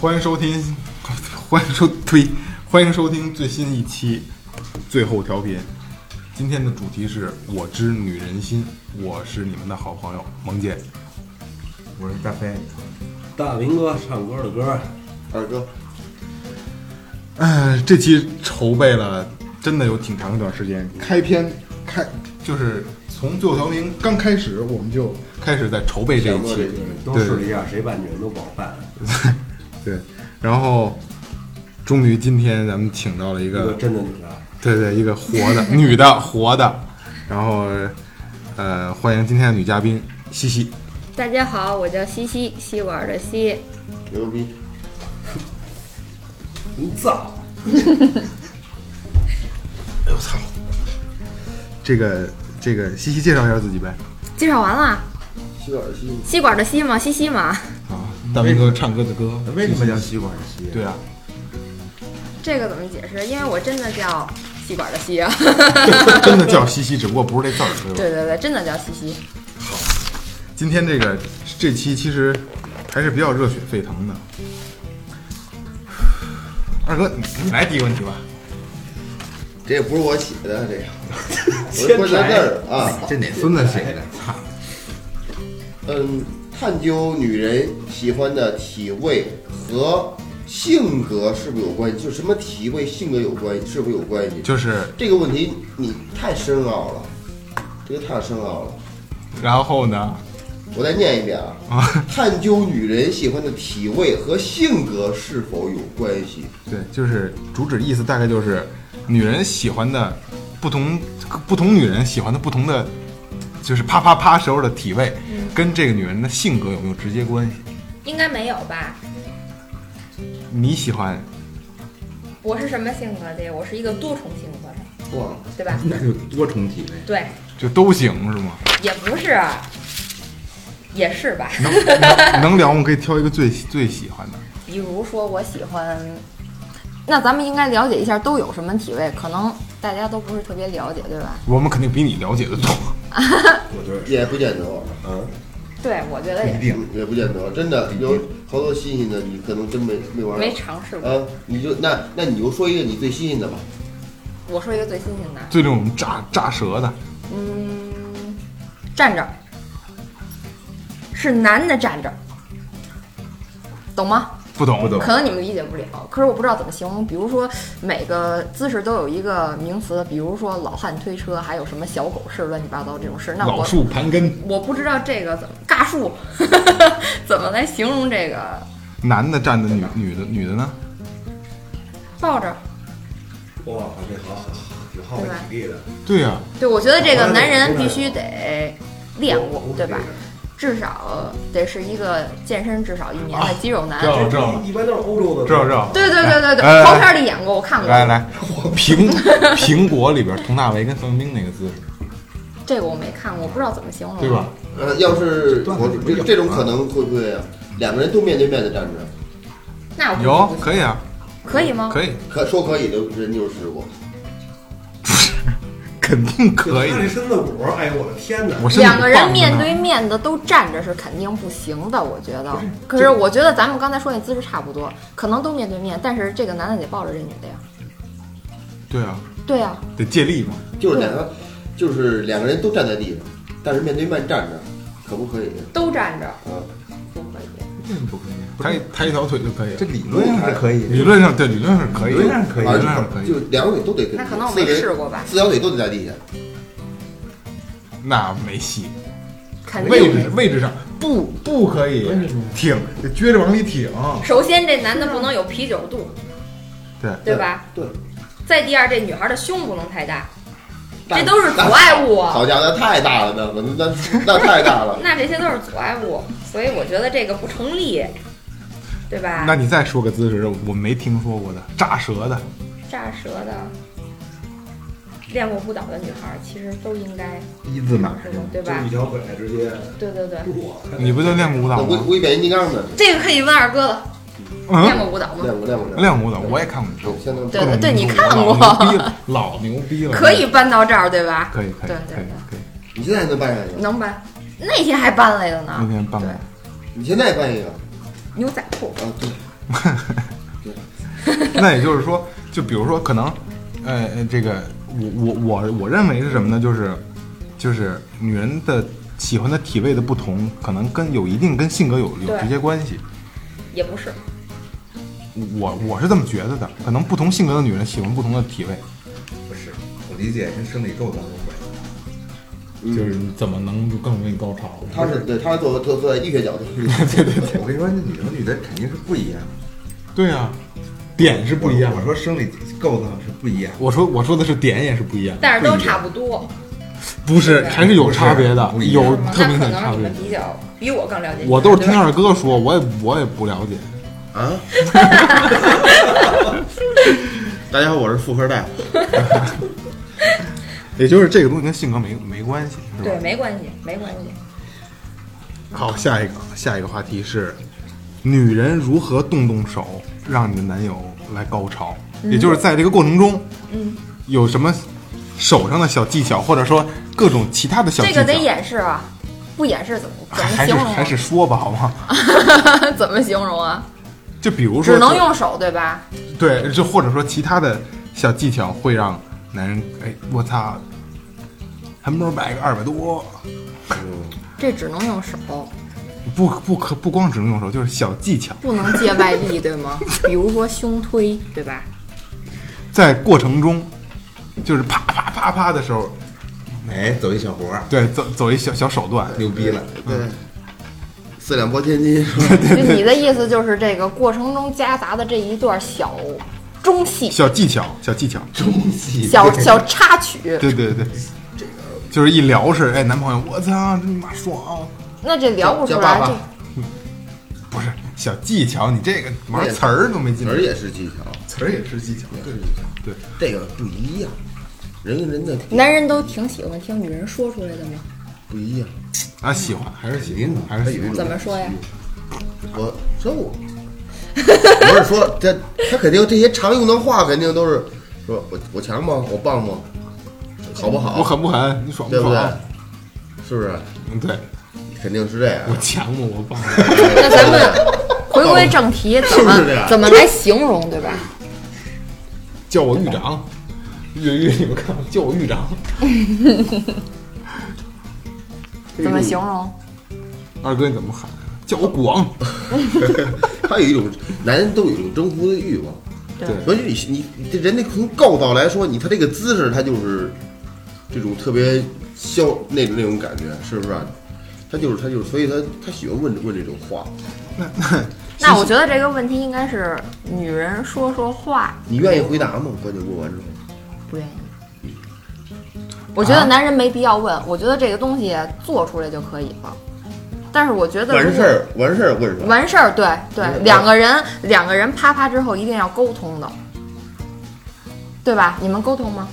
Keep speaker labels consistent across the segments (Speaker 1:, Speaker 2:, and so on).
Speaker 1: 欢迎收听，欢迎收推，欢迎收听最新一期最后调频。今天的主题是我知女人心，我是你们的好朋友萌姐，
Speaker 2: 我是大飞，
Speaker 3: 大明哥唱歌的歌，
Speaker 4: 二哥，
Speaker 1: 哎，这期筹备了真的有挺长一段时间。开篇开就是从最后调频刚开始，我们就开始在筹备这一
Speaker 4: 想过这
Speaker 1: 期
Speaker 4: 一期。
Speaker 3: 都试了一下，谁办女人都不好办。
Speaker 1: 对，然后终于今天咱们请到了一
Speaker 3: 一个
Speaker 1: 个，
Speaker 3: 真的女的，
Speaker 1: 对对，一个活 的女的活的，然后呃，欢迎今天的女嘉宾西西。
Speaker 5: 大家好，我叫西西，吸管的吸。
Speaker 4: 牛逼！
Speaker 3: 你造，
Speaker 1: 哎呦我操！这个这个西西介绍一下自己呗。
Speaker 5: 介绍完了，
Speaker 4: 西尔西，
Speaker 5: 吸管的吸嘛，西西嘛。
Speaker 1: 啊，大明哥唱歌的歌
Speaker 2: 为什么叫吸管吸？
Speaker 1: 对啊，
Speaker 5: 这个怎么解释？因为我真的叫吸管的 吸啊。
Speaker 1: 真的叫西西，只不过不是这字儿，对吧？
Speaker 5: 对对对，真的叫西西。
Speaker 1: 今天这个这期其实还是比较热血沸腾的。二哥，你你来第一个问题吧。
Speaker 4: 这也不是我写的，这个
Speaker 3: 先
Speaker 4: 我是在
Speaker 3: 来
Speaker 4: 这儿的啊。
Speaker 2: 这哪孙子写的？
Speaker 4: 嗯，探究女人喜欢的体味和性格是不是有关系？就什么体味、性格有关系，是不是有关系？
Speaker 1: 就是，
Speaker 4: 这个问题你太深奥了，这个太深奥了。
Speaker 1: 然后呢？
Speaker 4: 我再念一遍啊，探究女人喜欢的体味和性格是否有关系？
Speaker 1: 对，就是主旨意思大概就是，女人喜欢的不同，不同女人喜欢的不同的，就是啪啪啪时候的体位，
Speaker 5: 嗯
Speaker 1: 跟这个女人的性格有没有直接关系？
Speaker 5: 应该没有吧？
Speaker 1: 你喜欢
Speaker 5: 我是什么性格的呀？我是一个多重性格的，
Speaker 4: 哇，
Speaker 5: 对吧？
Speaker 4: 嗯
Speaker 2: 那就多重体位。
Speaker 5: 对，
Speaker 1: 就都行是吗？
Speaker 5: 也不是啊，也是吧。
Speaker 1: 能
Speaker 4: 嗯
Speaker 1: 能能聊，我可以挑一个最最喜欢的。
Speaker 5: 比如说，我喜欢。那咱们应该了解一下都有什么体位，可能大家都不是特别了解，对吧？
Speaker 1: 我们肯定比你了解的多。
Speaker 3: 我觉得
Speaker 4: 也不见得。哦
Speaker 3: 啊，
Speaker 5: 对，我觉得也
Speaker 4: 嗯也不见得，真的有好多新鲜的，你可能真没没玩儿
Speaker 5: 没尝试过。
Speaker 4: 啊，你就那那你就说一个你最新鲜的吧，
Speaker 5: 我说一个最新型的，啊
Speaker 1: 最令我们炸炸舌的，
Speaker 5: 嗯，站着，是男的站着，懂吗？
Speaker 1: 不懂
Speaker 2: 不懂
Speaker 5: 可能你们理解不了，可是我不知道怎么形容。比如说，每个姿势都有一个名词，比如说老汉推车，还有什么小狗式乱七八糟这种事。那
Speaker 1: 老
Speaker 5: 我
Speaker 1: 树盘根，
Speaker 5: 我不知道这个怎么尬树， 怎么来形容这个
Speaker 1: 男的站的女女的女的呢？
Speaker 5: 抱着？
Speaker 3: 哇，这好好，挺耗费体力的。
Speaker 1: 对啊呀、
Speaker 5: 对，我觉得这个男人
Speaker 3: 我
Speaker 5: 必须得练过，对吧？至少得是一个健身至少一年的肌肉男。
Speaker 1: 啊
Speaker 3: 这一般都是欧洲的，
Speaker 1: 知道知道。
Speaker 5: 对对对对
Speaker 1: 哎
Speaker 5: 对，黄片里演过，我看过。
Speaker 1: 来来，苹苹果里边佟大为跟范冰冰那个姿势，
Speaker 5: 这个我没看过，我不知道怎么形容。
Speaker 1: 对吧？？
Speaker 4: 呃，要是
Speaker 2: 段子
Speaker 4: 我
Speaker 2: 不一
Speaker 4: 这
Speaker 2: 样
Speaker 4: 这种可能会不会啊？两个人都面对面的站着，
Speaker 5: 那我
Speaker 1: 有可以啊，
Speaker 5: 可以吗？
Speaker 1: 可以，
Speaker 4: 可说可以的人就是试过，
Speaker 1: 肯定可以
Speaker 3: 他。这身子骨，哎呦我的天哪！
Speaker 1: 我身体
Speaker 5: 两个人
Speaker 1: 棒着
Speaker 5: 面
Speaker 1: 呢
Speaker 5: 对，面的都站着是肯定不行的，我觉得。可是我觉得咱们刚才说那姿势差不多，可能都面对面，但是这个男的得抱着这女的呀。
Speaker 1: 对啊，
Speaker 5: 对呀、
Speaker 1: 得借力嘛。
Speaker 4: 就是两个就是两个人都站在地上，但是面对面站着，可不可以？啊
Speaker 5: 都站着
Speaker 4: 嗯，
Speaker 5: 不可以。
Speaker 2: 为什么不可以？
Speaker 1: 抬抬一条腿就可以
Speaker 2: 这
Speaker 1: 了。
Speaker 2: 理论上是可以，
Speaker 1: 理论上对，理论上是可以的，
Speaker 2: 理论上是可以
Speaker 1: 理论上是可
Speaker 4: 啊，
Speaker 1: 以
Speaker 4: 就
Speaker 1: 的。
Speaker 4: 两个腿都得跟，
Speaker 5: 那可能我没
Speaker 4: 四个人
Speaker 5: 试过吧
Speaker 4: 四条腿都得在地下，
Speaker 1: 那没戏，
Speaker 5: 肯
Speaker 1: 位
Speaker 5: 定。
Speaker 1: 置位置上不不可以
Speaker 2: 为什么
Speaker 1: 挺，得撅着往里挺。
Speaker 5: 首先，这男的不能有啤酒肚，
Speaker 1: 对
Speaker 5: 对吧？
Speaker 4: 对，
Speaker 5: 再第二，这女孩的胸不能太大，
Speaker 4: 大
Speaker 5: 这都是阻碍物啊
Speaker 4: 好家伙，那太大了，那 那那那太大了。
Speaker 5: 那这些都是阻碍物，所以我觉得这个不成立，对吧？
Speaker 1: 那你再说个姿势，我没听说过的，炸舌的，
Speaker 5: 炸舌的，练过舞蹈的女孩儿其实都应该
Speaker 2: 一字马
Speaker 5: 尝试过，对
Speaker 3: 就
Speaker 5: 吧
Speaker 3: 一？条腿直接，
Speaker 5: 对对对，
Speaker 3: 我
Speaker 1: 你不就练过舞
Speaker 4: 那
Speaker 1: 蹈
Speaker 4: 不
Speaker 1: 吗？
Speaker 4: 不一变形金刚的，
Speaker 5: 这个可以问二哥了，练
Speaker 1: 嗯，
Speaker 5: 过舞蹈吗？
Speaker 4: 练过练过
Speaker 1: 练过舞蹈，我也看过。
Speaker 4: 相当
Speaker 5: 对对对你
Speaker 1: 我
Speaker 5: 看过
Speaker 1: 老牛逼了，老牛逼了。
Speaker 5: 可以搬到这儿，对吧？
Speaker 1: 可以，可以，可
Speaker 5: 对
Speaker 1: 以，
Speaker 5: 对
Speaker 1: 可以
Speaker 5: 对，
Speaker 1: 可以。
Speaker 4: 你现在还能办一个？
Speaker 5: 能搬。那天还搬来的
Speaker 1: 那
Speaker 5: 呢，
Speaker 1: 天办过
Speaker 5: 对
Speaker 4: 你现在办一个
Speaker 5: 牛仔裤。
Speaker 4: 啊？对，
Speaker 1: 那也就是说，就比如说，可能，呃，呃这个我我我我认为是什么呢？就是就是女人的喜欢的体位的不同，可能跟有一定跟性格有有
Speaker 5: 对
Speaker 1: 直接关系。
Speaker 5: 也不是，
Speaker 1: 我我是这么觉得的，可能不同性格的女人喜欢不同的体位，
Speaker 2: 不是，我理解跟生理构造有关系。
Speaker 4: 嗯，
Speaker 6: 你怎么能更容易高潮？
Speaker 4: 他是对，他是坐坐坐在医学角度，
Speaker 2: 我跟你说，那女和女的肯定是不一样，
Speaker 1: 对啊呀、点是不一样
Speaker 2: 我
Speaker 1: 的。
Speaker 2: 说生理构造是不一样，
Speaker 1: 我说我说的是点也是不一样的，
Speaker 5: 但是都差不多。
Speaker 1: 不是还是有差别的
Speaker 2: 不，一样
Speaker 1: 有
Speaker 5: 是吗
Speaker 1: 特
Speaker 5: 那
Speaker 1: 明
Speaker 5: 可
Speaker 1: 显的
Speaker 5: 能
Speaker 1: 差
Speaker 5: 你
Speaker 1: 别
Speaker 5: 们。比较比我更了解。
Speaker 1: 我都是听
Speaker 5: 对吧
Speaker 1: 二哥说，我也我也不了解。
Speaker 3: 啊！大家好，我是妇科大夫。
Speaker 1: 也就是这个东西跟性格没没关系，是吧？
Speaker 5: 对，没关系，没关系。
Speaker 1: 好，下一个下一个话题是，女人如何动动手让你的男友来高潮，也就是在这个过程中，
Speaker 5: 嗯，
Speaker 1: 有什么手上的小技巧，或者说各种其他的小技
Speaker 5: 这
Speaker 1: 巧，
Speaker 5: 个得演示啊，不演示怎么怎么
Speaker 1: 还
Speaker 5: 形
Speaker 1: 是
Speaker 5: 容啊？
Speaker 1: 还是说吧，好吗？
Speaker 5: 怎么形容啊？
Speaker 1: 就比如说，
Speaker 5: 只能用手对吧？
Speaker 1: 对，就或者说其他的小技巧会让男人，哎，我操，还没买个二百多，
Speaker 5: 这只能用手，
Speaker 1: 不不可不光只能用手，就是小技巧。
Speaker 5: 不能借外力对 吗？比如说胸推对吧？
Speaker 1: 在过程中，就是啪啪啪啪的时候，
Speaker 2: 哎，走一小活儿，
Speaker 1: 对，走走一小小手段，
Speaker 2: 牛逼了。嗯
Speaker 4: 对，四两拨千斤，是吧
Speaker 5: 就你的意思就是这个过程中夹杂的这一段小中戏、
Speaker 1: 小技巧，小技巧，
Speaker 2: 中戏
Speaker 5: 小小插曲，
Speaker 1: 对对对，就是一聊是，哎，男朋友，我操，这妈爽，
Speaker 5: 那这聊不出
Speaker 4: 叫爸
Speaker 5: 来，
Speaker 4: 爸
Speaker 5: 这
Speaker 1: 不是小技巧，你这个玩词儿都没进来
Speaker 4: 词儿，也是 技巧，
Speaker 1: 词儿也是技巧，对对，
Speaker 4: 这个不一样，人跟人的
Speaker 5: 男人都挺喜欢听女人说出来的吗？
Speaker 4: 不一样。
Speaker 1: 啊，喜欢还是喜欢，还是
Speaker 4: 嗯
Speaker 1: 喜欢，
Speaker 5: 怎么说呀？
Speaker 4: 我说 我，啊不是说这，他肯定这些常用的话肯定都是说我我强吗？我棒吗？好不
Speaker 1: 我
Speaker 4: 好？
Speaker 1: 狠不狠，你爽
Speaker 4: 对不对
Speaker 2: 啊
Speaker 1: 爽？？
Speaker 4: 是不是？
Speaker 1: 嗯，对
Speaker 4: 肯定是这样
Speaker 1: 我。强吗？我棒吗，
Speaker 5: 那咱们 回归正题，怎么
Speaker 4: 嗯是不是呀
Speaker 5: 怎么来形容对吧？
Speaker 1: 叫我狱长，越狱你们看过，叫我狱长。
Speaker 4: 嗯
Speaker 5: 怎么形容？
Speaker 1: 二哥你怎么喊？叫我古 王，
Speaker 4: 他有一种男人都有一种征服的欲望。
Speaker 5: 对
Speaker 4: 所以你你你这人的从构造来说，你他这个姿势，他就是这种特别消那种那种感觉，是不是啊、他就是他就是，所以他他喜欢问问这种话。
Speaker 5: 那我觉得这个问题应该是女人说说话
Speaker 4: 你愿意回答吗？关键问完之后，
Speaker 5: 不愿意。我觉得男人没必要问，我觉得这个东西做出来就可以了。但是我觉得
Speaker 4: 完
Speaker 5: 如
Speaker 4: 事
Speaker 5: 果
Speaker 4: 儿完事儿问什么？
Speaker 5: 完事儿，对对
Speaker 4: 嗯，
Speaker 5: 两个人两个人啪啪之后一定要沟通的，对吧？你们沟通吗？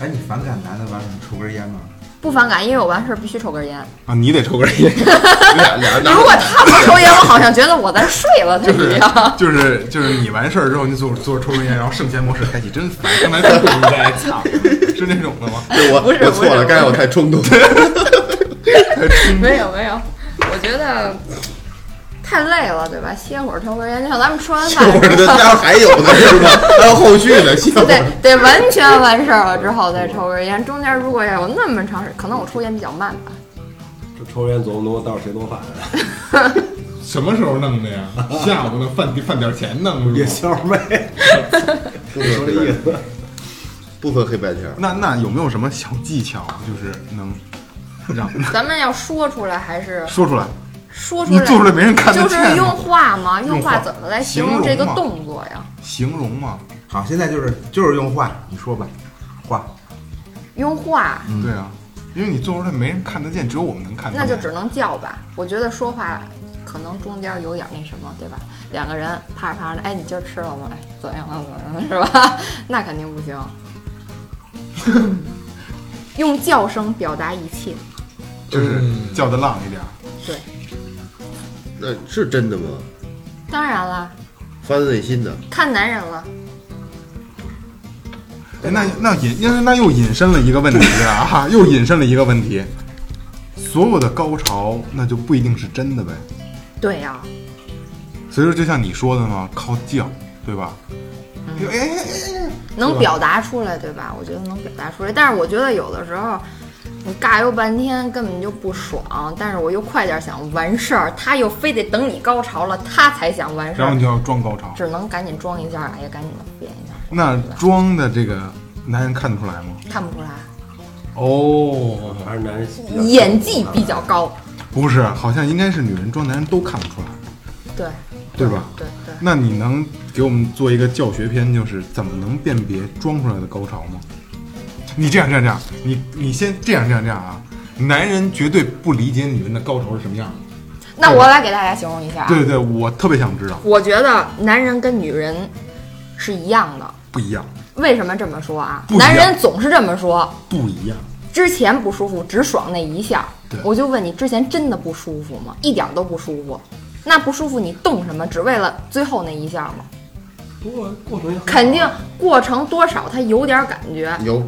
Speaker 2: 哎，你反感男的完了抽根烟吗？
Speaker 5: 不反感，因为我完事儿必须抽根烟。
Speaker 1: 啊，你得抽根烟。
Speaker 4: 俩俩
Speaker 5: 如果他不抽烟，我好像觉得我在睡了他
Speaker 1: 就是
Speaker 5: 一样。
Speaker 1: 就是就是你完事儿之后，你就坐坐着抽根烟，然后圣贤模式开启，真烦，刚才不应该， 操，是那种的吗？
Speaker 4: 对我
Speaker 5: 不是
Speaker 4: 我
Speaker 5: 不
Speaker 4: 错
Speaker 5: 是
Speaker 4: 了，刚才我太冲动。
Speaker 2: 哎
Speaker 5: 没有没有，我觉得太累了，对吧？歇会儿抽根烟，就像咱们吃完
Speaker 4: 我
Speaker 5: 饭
Speaker 4: 这家还有呢，是吧？还有后续 呢，笑
Speaker 5: 得得完全完事儿了之后再抽根烟。中间如果要有那么长时，可能我抽烟比较慢吧。
Speaker 3: 这抽烟琢磨琢磨，到时候谁弄 饭啊？
Speaker 1: 什么时候弄的呀？下午弄饭饭点钱弄的
Speaker 3: 夜
Speaker 1: 是吗。
Speaker 3: 宵呗，说这意思。
Speaker 4: 不分黑白条，
Speaker 1: 那那有没有什么小技巧，就是能 让
Speaker 5: 咱们要说出来还是
Speaker 1: 说出来？
Speaker 5: 说出
Speaker 1: 你
Speaker 5: 来？
Speaker 1: 做出来没人看得
Speaker 5: 就
Speaker 1: 见吗
Speaker 5: 是用话嘛，
Speaker 1: 用
Speaker 5: 用
Speaker 1: 话
Speaker 5: 话怎么来形
Speaker 1: 形
Speaker 5: 容这
Speaker 1: 容
Speaker 5: 个
Speaker 1: 嘛
Speaker 5: 动作呀？
Speaker 1: 形容嘛？
Speaker 2: 好，现在就是就是用话，你说吧，嗯话
Speaker 5: 用话，
Speaker 1: 对啊，因为你做出来没人看得见，只有我们能看得
Speaker 5: 那
Speaker 1: 见。
Speaker 5: 就只能叫吧。我觉得说话可能中间有点那什么，对吧？两个人啪啪的，哎，你今儿吃了吗？哎，怎么样了？ 怎么样了？是吧？那肯定不行。用叫声表达一切，
Speaker 1: 就是
Speaker 2: 嗯
Speaker 1: 叫的浪一点。
Speaker 4: 那是真的吗？
Speaker 5: 当然了，
Speaker 4: 发自内心的，
Speaker 5: 看男人了。
Speaker 1: 哎，那那引因为那又引申了一个问题啊，又引申了一个问题。所有的高潮那就不一定是真的呗，
Speaker 5: 对呀、
Speaker 1: 所以说就像你说的嘛，靠犟，对吧？哎
Speaker 5: 能表达出来，对吧？我觉得能表达出来，但是我觉得有的时候你尬悠半天根本就不爽，但是我又快点想完事儿，他又非得等你高潮了他才想完事
Speaker 1: 然后
Speaker 5: 儿
Speaker 1: 你，就要装高潮。
Speaker 5: 只能赶紧装一下，也赶紧的变一下，
Speaker 1: 那装的这个男人看得出来吗？
Speaker 5: 看不出来，
Speaker 2: 嗯
Speaker 6: 哦，
Speaker 3: 还是男人比较
Speaker 5: 演技比较高，
Speaker 1: 不是，好像应该是女人装男人都看不出来，
Speaker 5: 对
Speaker 1: 对吧？
Speaker 5: 对对。
Speaker 1: 那你能给我们做一个教学片，就是怎么能辨别装出来的高潮吗？你这样这样这样，你你先这样这样这样啊！男人绝对不理解女人的高潮是什么样的。
Speaker 5: 那我来给大家形容一下啊，
Speaker 1: 对对对，我特别想知道，
Speaker 5: 我觉得男人跟女人是一样的，
Speaker 1: 不一样，
Speaker 5: 为什么这么说啊？
Speaker 1: 不一样
Speaker 5: 男人总是这么说，
Speaker 1: 不一样。
Speaker 5: 之前不舒服，只爽那一下
Speaker 1: 对。
Speaker 5: 我就问你，之前真的不舒服吗？一点儿都不舒服。那不舒服你动什么？只为了最后那一下吗？
Speaker 3: 过过程也很
Speaker 5: 肯定过程多少他有点感觉。
Speaker 4: 有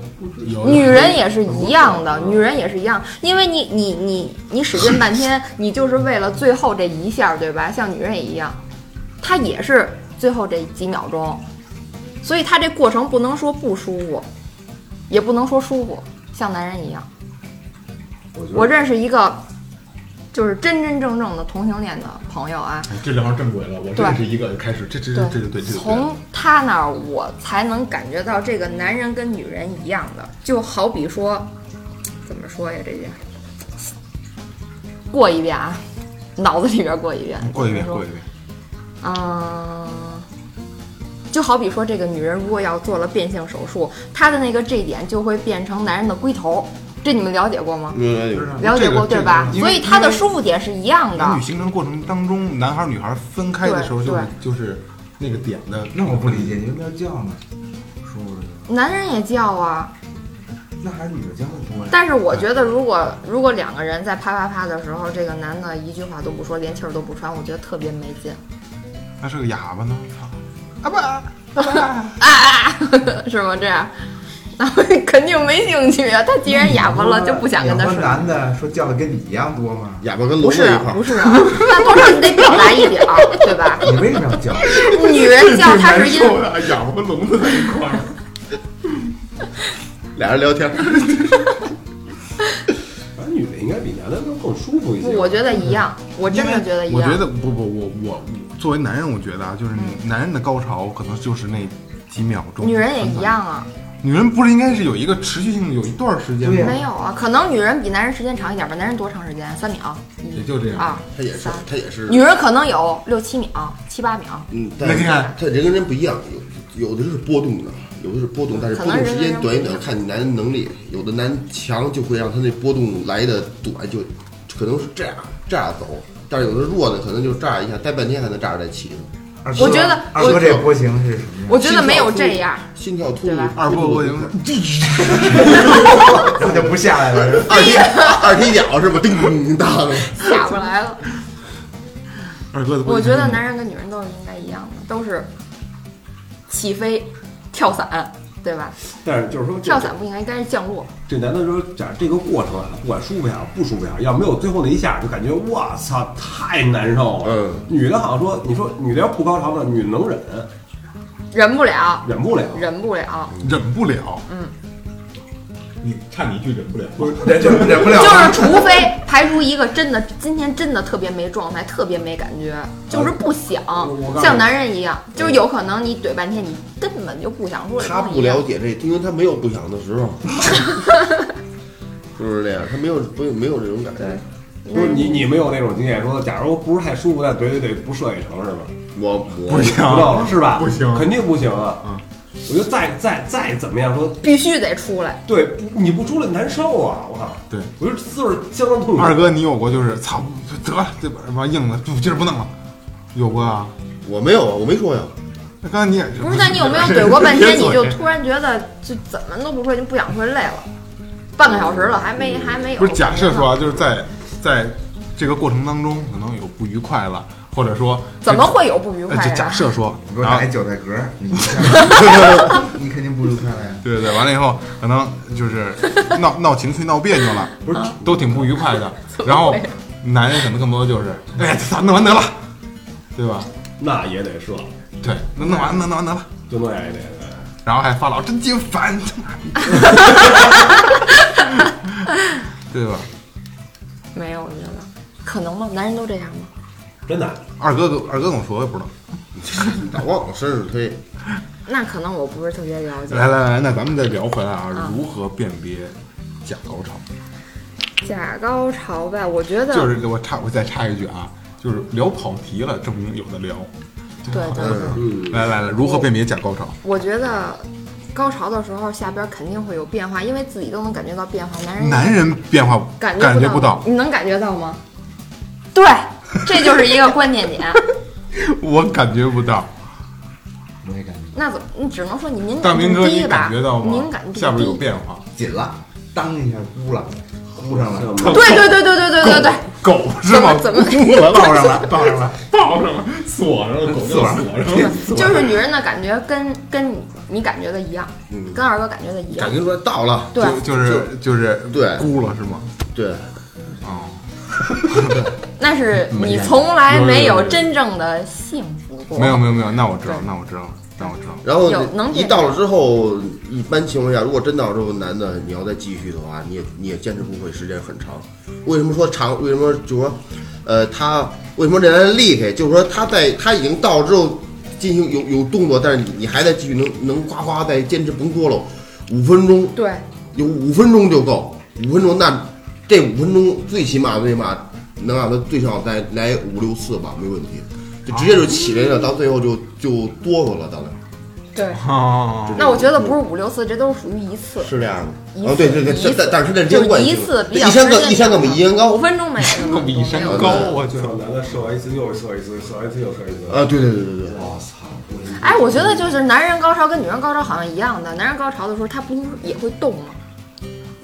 Speaker 1: 有
Speaker 4: 嗯
Speaker 5: 女人也是一样的，女人也是一样，因为你你你你使劲半天，你就是为了最后这一下，对吧？像女人也一样，她也是最后这几秒钟，所以她这过程不能说不舒服，也不能说舒服，像男人一样。
Speaker 3: 我觉
Speaker 5: 我
Speaker 3: 得
Speaker 5: 认识一个，就是真真正正的同性恋的朋友啊，
Speaker 1: 哎这聊上正轨了，我
Speaker 5: 对
Speaker 1: 认识一个开始，这这这这就对，这就对了。
Speaker 5: 从他那儿我才能感觉到这个男人跟女人一样的，就好比说，怎么说呀？这句过一遍啊，脑子里边过一遍，
Speaker 1: 过一遍，
Speaker 5: 怎么
Speaker 1: 过
Speaker 5: 说
Speaker 1: 一遍，
Speaker 5: 嗯，就好比说，这个女人如果要做了变性手术，她的那个 G 点就会变成男人的龟头，这你们了解过吗？
Speaker 4: 有有有，
Speaker 5: 了解
Speaker 1: 嗯这
Speaker 5: 过、
Speaker 1: 个
Speaker 5: 对吧
Speaker 1: 这？个因为
Speaker 5: 所以她
Speaker 1: 因
Speaker 5: 的
Speaker 1: 为嗯
Speaker 5: 舒服点是一样的。
Speaker 1: 男女形成过程当中，男孩儿女孩儿分开的时候，就是就是那个点的。
Speaker 2: 那我不理解，你为什么要叫呢？说不
Speaker 5: 男人也叫啊，
Speaker 2: 那还是女的叫的多呀。
Speaker 5: 但是我觉得如果如果两个人在啪啪啪的时候，这个男的一句话都不说，连气儿都不喘，我觉得特别没劲，
Speaker 1: 那是个哑 巴呢？
Speaker 5: 是吗？这样， 那我肯定没兴趣啊。他既然哑巴了，就不想跟他
Speaker 2: 你
Speaker 5: 说
Speaker 2: 和。男的说叫的跟你一样多吗？
Speaker 4: 哑巴跟
Speaker 5: 不
Speaker 4: 聋
Speaker 5: 是
Speaker 4: 子一
Speaker 5: 啊
Speaker 4: 块儿
Speaker 5: 不，是啊，那多少你得表达一点儿，对 吧？
Speaker 2: 你为什么要叫？
Speaker 5: 女人叫他是因，
Speaker 1: 的，哎哑巴和聋子在一块儿。
Speaker 4: 俩人聊 天儿，
Speaker 3: 反正女的应该比男的都更舒服一些。
Speaker 5: 我觉得一样，我真的觉得一
Speaker 1: 我觉
Speaker 5: 样。
Speaker 1: 得不不，我我我作为男人，我觉得啊，就是男人的高潮可能就是那几秒钟。
Speaker 5: 嗯女人也一样啊，
Speaker 1: 女人不是应该是有一个持续性的，有一段时间
Speaker 2: 对
Speaker 1: 吗？
Speaker 2: 呀
Speaker 5: 没有啊，可能女人比男人时间长一点吧。男人多长时间？三秒
Speaker 1: 也就这样。
Speaker 5: 啊，
Speaker 4: 他也是
Speaker 5: 三
Speaker 4: 他也是，
Speaker 5: 女人可能有六七秒、七八秒，
Speaker 4: 嗯，
Speaker 1: 那你看，
Speaker 4: 他人跟人不一样，有有的是波动的，有的是波动，但是波动时间短一点，看你男人能力，有的男强就会让他那波动来的短，就可能是这样这样走，但是有的弱呢，可能就炸一下，待半天还能炸出来气呢。
Speaker 2: 二哥
Speaker 5: 我觉得
Speaker 2: 二哥啊这波形是什么样？
Speaker 5: 我觉得没有这样。
Speaker 4: 心跳突
Speaker 5: 对
Speaker 4: 兀
Speaker 5: 吧，
Speaker 1: 二波波形，
Speaker 2: 我就不下来了。
Speaker 4: 二踢二踢脚是吧？叮当，
Speaker 5: 下不来了。
Speaker 1: 二哥的波
Speaker 5: 我
Speaker 1: 形
Speaker 5: 觉得男人跟女人都是应该一样的，都是起飞、跳伞，对吧？
Speaker 3: 但是就是说这
Speaker 5: 跳伞不应该，应该是降落。
Speaker 3: 这男的说，假如这个过程啊，不管舒服也好，不舒服也好，要没有最后那一下，就感觉我操太难受了。
Speaker 4: 嗯
Speaker 3: 女的好像说，你说女的要不高潮呢，女的能忍，
Speaker 5: 忍不了，
Speaker 3: 忍不了。
Speaker 5: 忍不了，
Speaker 1: 忍不了。
Speaker 5: 嗯，
Speaker 1: 你看你一句忍不了。
Speaker 2: 我忍就忍不了
Speaker 5: 就
Speaker 2: 了。
Speaker 5: 是除非排除一个真的今天真的特别没状态，特别没感觉，就是不想
Speaker 3: 我我告诉，你
Speaker 5: 像男人一样，就是有可能你怼半天，你根本就不想说。
Speaker 4: 他不了解这，因为他没有不想的 时候，就是这样，他没有没有没有这种感觉。
Speaker 3: 不是你你没有那种经验，说假如不是太舒服，但怼怼怼不射也成是吧？
Speaker 4: 我
Speaker 1: 不
Speaker 4: 我
Speaker 1: 行
Speaker 3: 不到了是吧？
Speaker 1: 不行
Speaker 3: 肯定不行啊。嗯，我觉得再再再怎么样说，
Speaker 5: 必须得出来，
Speaker 3: 对不你不出来难受啊！我靠，
Speaker 1: 对，
Speaker 3: 我觉得滋味相当痛苦。
Speaker 1: 二哥，你有过就是操得了，这玩意儿妈硬了，不今儿不弄了，有过啊？
Speaker 4: 我没有啊，我没说呀。
Speaker 1: 那刚才你也
Speaker 5: 不是？那你有没有怼过 半天，
Speaker 1: 别
Speaker 5: 你就
Speaker 1: 嘴
Speaker 5: 突然觉得就怎么都不说，就不想说累了，半个小时了还没还没有。
Speaker 1: 不是假设说啊，就是在在这个过程当中可能有不愉快了，或者说
Speaker 5: 怎么会有不愉
Speaker 1: 呃
Speaker 5: 快呀、
Speaker 1: 就假设说
Speaker 2: 你，给我
Speaker 1: 然后
Speaker 2: 打一韭菜格儿， 你你肯定不愉快了呀。
Speaker 1: 对对对，完了以后可能就是闹闹情绪、闹别扭了，不是都挺不愉快的。然后男人可能更多就是，哎呀，操，弄完得了，对吧？
Speaker 3: 那也得射，
Speaker 1: 对，能弄完，能弄完，能吧。
Speaker 3: 就那样也得。
Speaker 1: 然后还发牢，真心烦， 他妈逼对吧？
Speaker 5: 没有，我觉得可能吗？男人都这样吗？
Speaker 3: 真的，
Speaker 1: 二哥跟二哥跟我说，我也不知道。
Speaker 4: 你老往身上推，
Speaker 5: 那可能我不是特别了解。
Speaker 1: 来来来，那咱们再聊回来啊
Speaker 5: 啊，
Speaker 1: 如何辨别假高潮？
Speaker 5: 假高潮呗，我觉得
Speaker 1: 就是我插，我再插一句啊，就是聊跑题了，证明有的聊。
Speaker 5: 对对对，
Speaker 4: 嗯，
Speaker 1: 来来来，如何辨别假高潮？
Speaker 5: 我觉得高潮的时候下边肯定会有变化，因为自己都能感觉到变化。男人
Speaker 1: 男人变化
Speaker 5: 感
Speaker 1: 感觉
Speaker 5: 不
Speaker 1: 不到，
Speaker 5: 你能感觉到吗？对，这就是一个关 键点。
Speaker 1: 我感觉不到。
Speaker 2: 我也感觉
Speaker 5: 那怎么？你只能说你敏
Speaker 1: 大
Speaker 5: 感
Speaker 1: 明
Speaker 5: 度
Speaker 1: 哥，
Speaker 5: 低
Speaker 1: 你
Speaker 5: 吧？
Speaker 1: 感觉到吗？
Speaker 5: 敏感度低。
Speaker 1: 下边有变化，
Speaker 2: 紧了，当一下箍了，箍上了，
Speaker 5: 对对对对对对对对，
Speaker 1: 狗是吗？
Speaker 5: 怎么怎
Speaker 1: 哭了，
Speaker 2: 抱上 了，抱上了，
Speaker 6: 抱上了，锁上了，狗就锁上了。
Speaker 5: 就是女人的感觉跟跟你你感觉的一样，
Speaker 1: 嗯
Speaker 5: 跟二哥感觉的一样
Speaker 4: 感。觉出来到了，
Speaker 5: 对，
Speaker 1: 就就是就是
Speaker 4: 对
Speaker 1: 哭了是吗？
Speaker 4: 对，
Speaker 1: 哦，
Speaker 5: 那是你从来没有真正的幸福过。
Speaker 1: 没有没有没有，那我知道，那我知道，那我知道。
Speaker 4: 然后
Speaker 5: 有能
Speaker 4: 一
Speaker 5: 点
Speaker 4: 到了之后，一般情况下，如果真到了之后，男的你要再继续的话，你也你也坚持不会，时间很长。为什么说长？为什么就说，呃，他为什么让人厉害？就是说他在他已经到了之后，进行有有动作，但是你你还在继续能能夸夸再坚持，甭多了，五分钟
Speaker 5: 对，
Speaker 4: 有五分钟就够，五分钟那这五分钟最起码最起码能让他最少再来五六次吧，没问题，就直接就起来了，到最后就就哆嗦了，到了。
Speaker 5: 对。
Speaker 1: 哦，
Speaker 5: 那我觉得不是五六次，这都是属于一次。
Speaker 4: 是这样
Speaker 5: 一
Speaker 4: 的，啊，对对对，
Speaker 5: 次
Speaker 4: 但但但是这
Speaker 5: 就
Speaker 4: 真
Speaker 5: 是
Speaker 4: 关
Speaker 5: 一
Speaker 4: 系，
Speaker 5: 次比
Speaker 4: 一
Speaker 5: 较
Speaker 4: 山
Speaker 5: 深
Speaker 4: 更一山更比一山
Speaker 5: 五
Speaker 4: 高
Speaker 5: 分钟没有 那么多，
Speaker 6: 比山
Speaker 5: 没有
Speaker 6: 高，我去
Speaker 3: 最，后男的射完一次又射一次，射完一次又射一次。
Speaker 4: 啊！对对对对对，
Speaker 3: 我操！
Speaker 5: 哎，我觉得就是男人高潮跟女人高潮好像一样的，男人高潮的时候他不是也会动吗？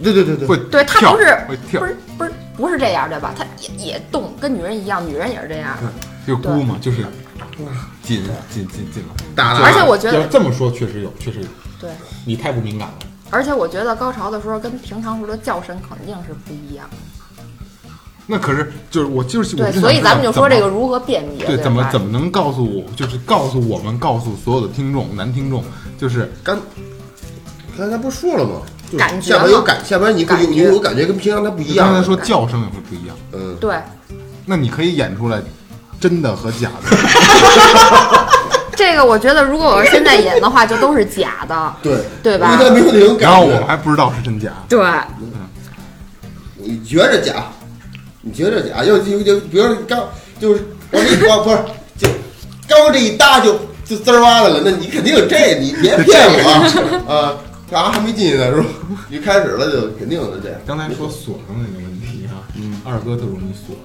Speaker 4: 对对对对，
Speaker 1: 会
Speaker 5: 对他
Speaker 1: 跳
Speaker 5: 不是
Speaker 1: 会跳
Speaker 5: 不，是不是不是这样对吧？他也也动，跟女人一样，女人也是这
Speaker 1: 嗯
Speaker 5: 样。
Speaker 1: 就箍嘛，就是紧紧紧紧了。
Speaker 4: 打了，
Speaker 5: 啊而且我觉得
Speaker 6: 要这么说确实有，确实有。
Speaker 5: 对，
Speaker 6: 你太不敏感了。
Speaker 5: 而且我觉得高潮的时候跟平常时候的叫声肯定是不一样。
Speaker 1: 那可是就是我就是
Speaker 5: 对
Speaker 1: 我，
Speaker 5: 所以咱们就说这个
Speaker 1: 个
Speaker 5: 如何辨别，
Speaker 1: 对怎么
Speaker 5: 吧
Speaker 1: 怎？么能告诉我就是告诉我们告诉所有的听众男听众就是
Speaker 4: 刚刚才不是说了吗？就是
Speaker 5: 感觉
Speaker 4: 下边
Speaker 5: 嘛
Speaker 4: 有感，下边你会有
Speaker 5: 感
Speaker 4: 你
Speaker 5: 觉
Speaker 4: 有感觉跟平常它不一样。
Speaker 1: 刚才说叫声也会不一样，
Speaker 4: 嗯，
Speaker 5: 对，
Speaker 1: 那你可以演出来真的和假的，
Speaker 5: 这个我觉得如果我现在演的话，就都是假的，
Speaker 4: 对
Speaker 5: 对吧
Speaker 4: 因为它没有那种
Speaker 1: 然
Speaker 4: 感觉。
Speaker 1: 后我们还不知道是真假。
Speaker 5: 对，
Speaker 4: 你觉着假，你觉着假，要就就比如说刚就是我给你说不是就刚往这一搭就就滋儿哇的了，那你肯定有这，你别骗 我啊啊！干啥还没进去呢是吧？啊一开始了就肯定是这样。
Speaker 1: 刚才说锁上那个问题啊，嗯，二哥特容易锁，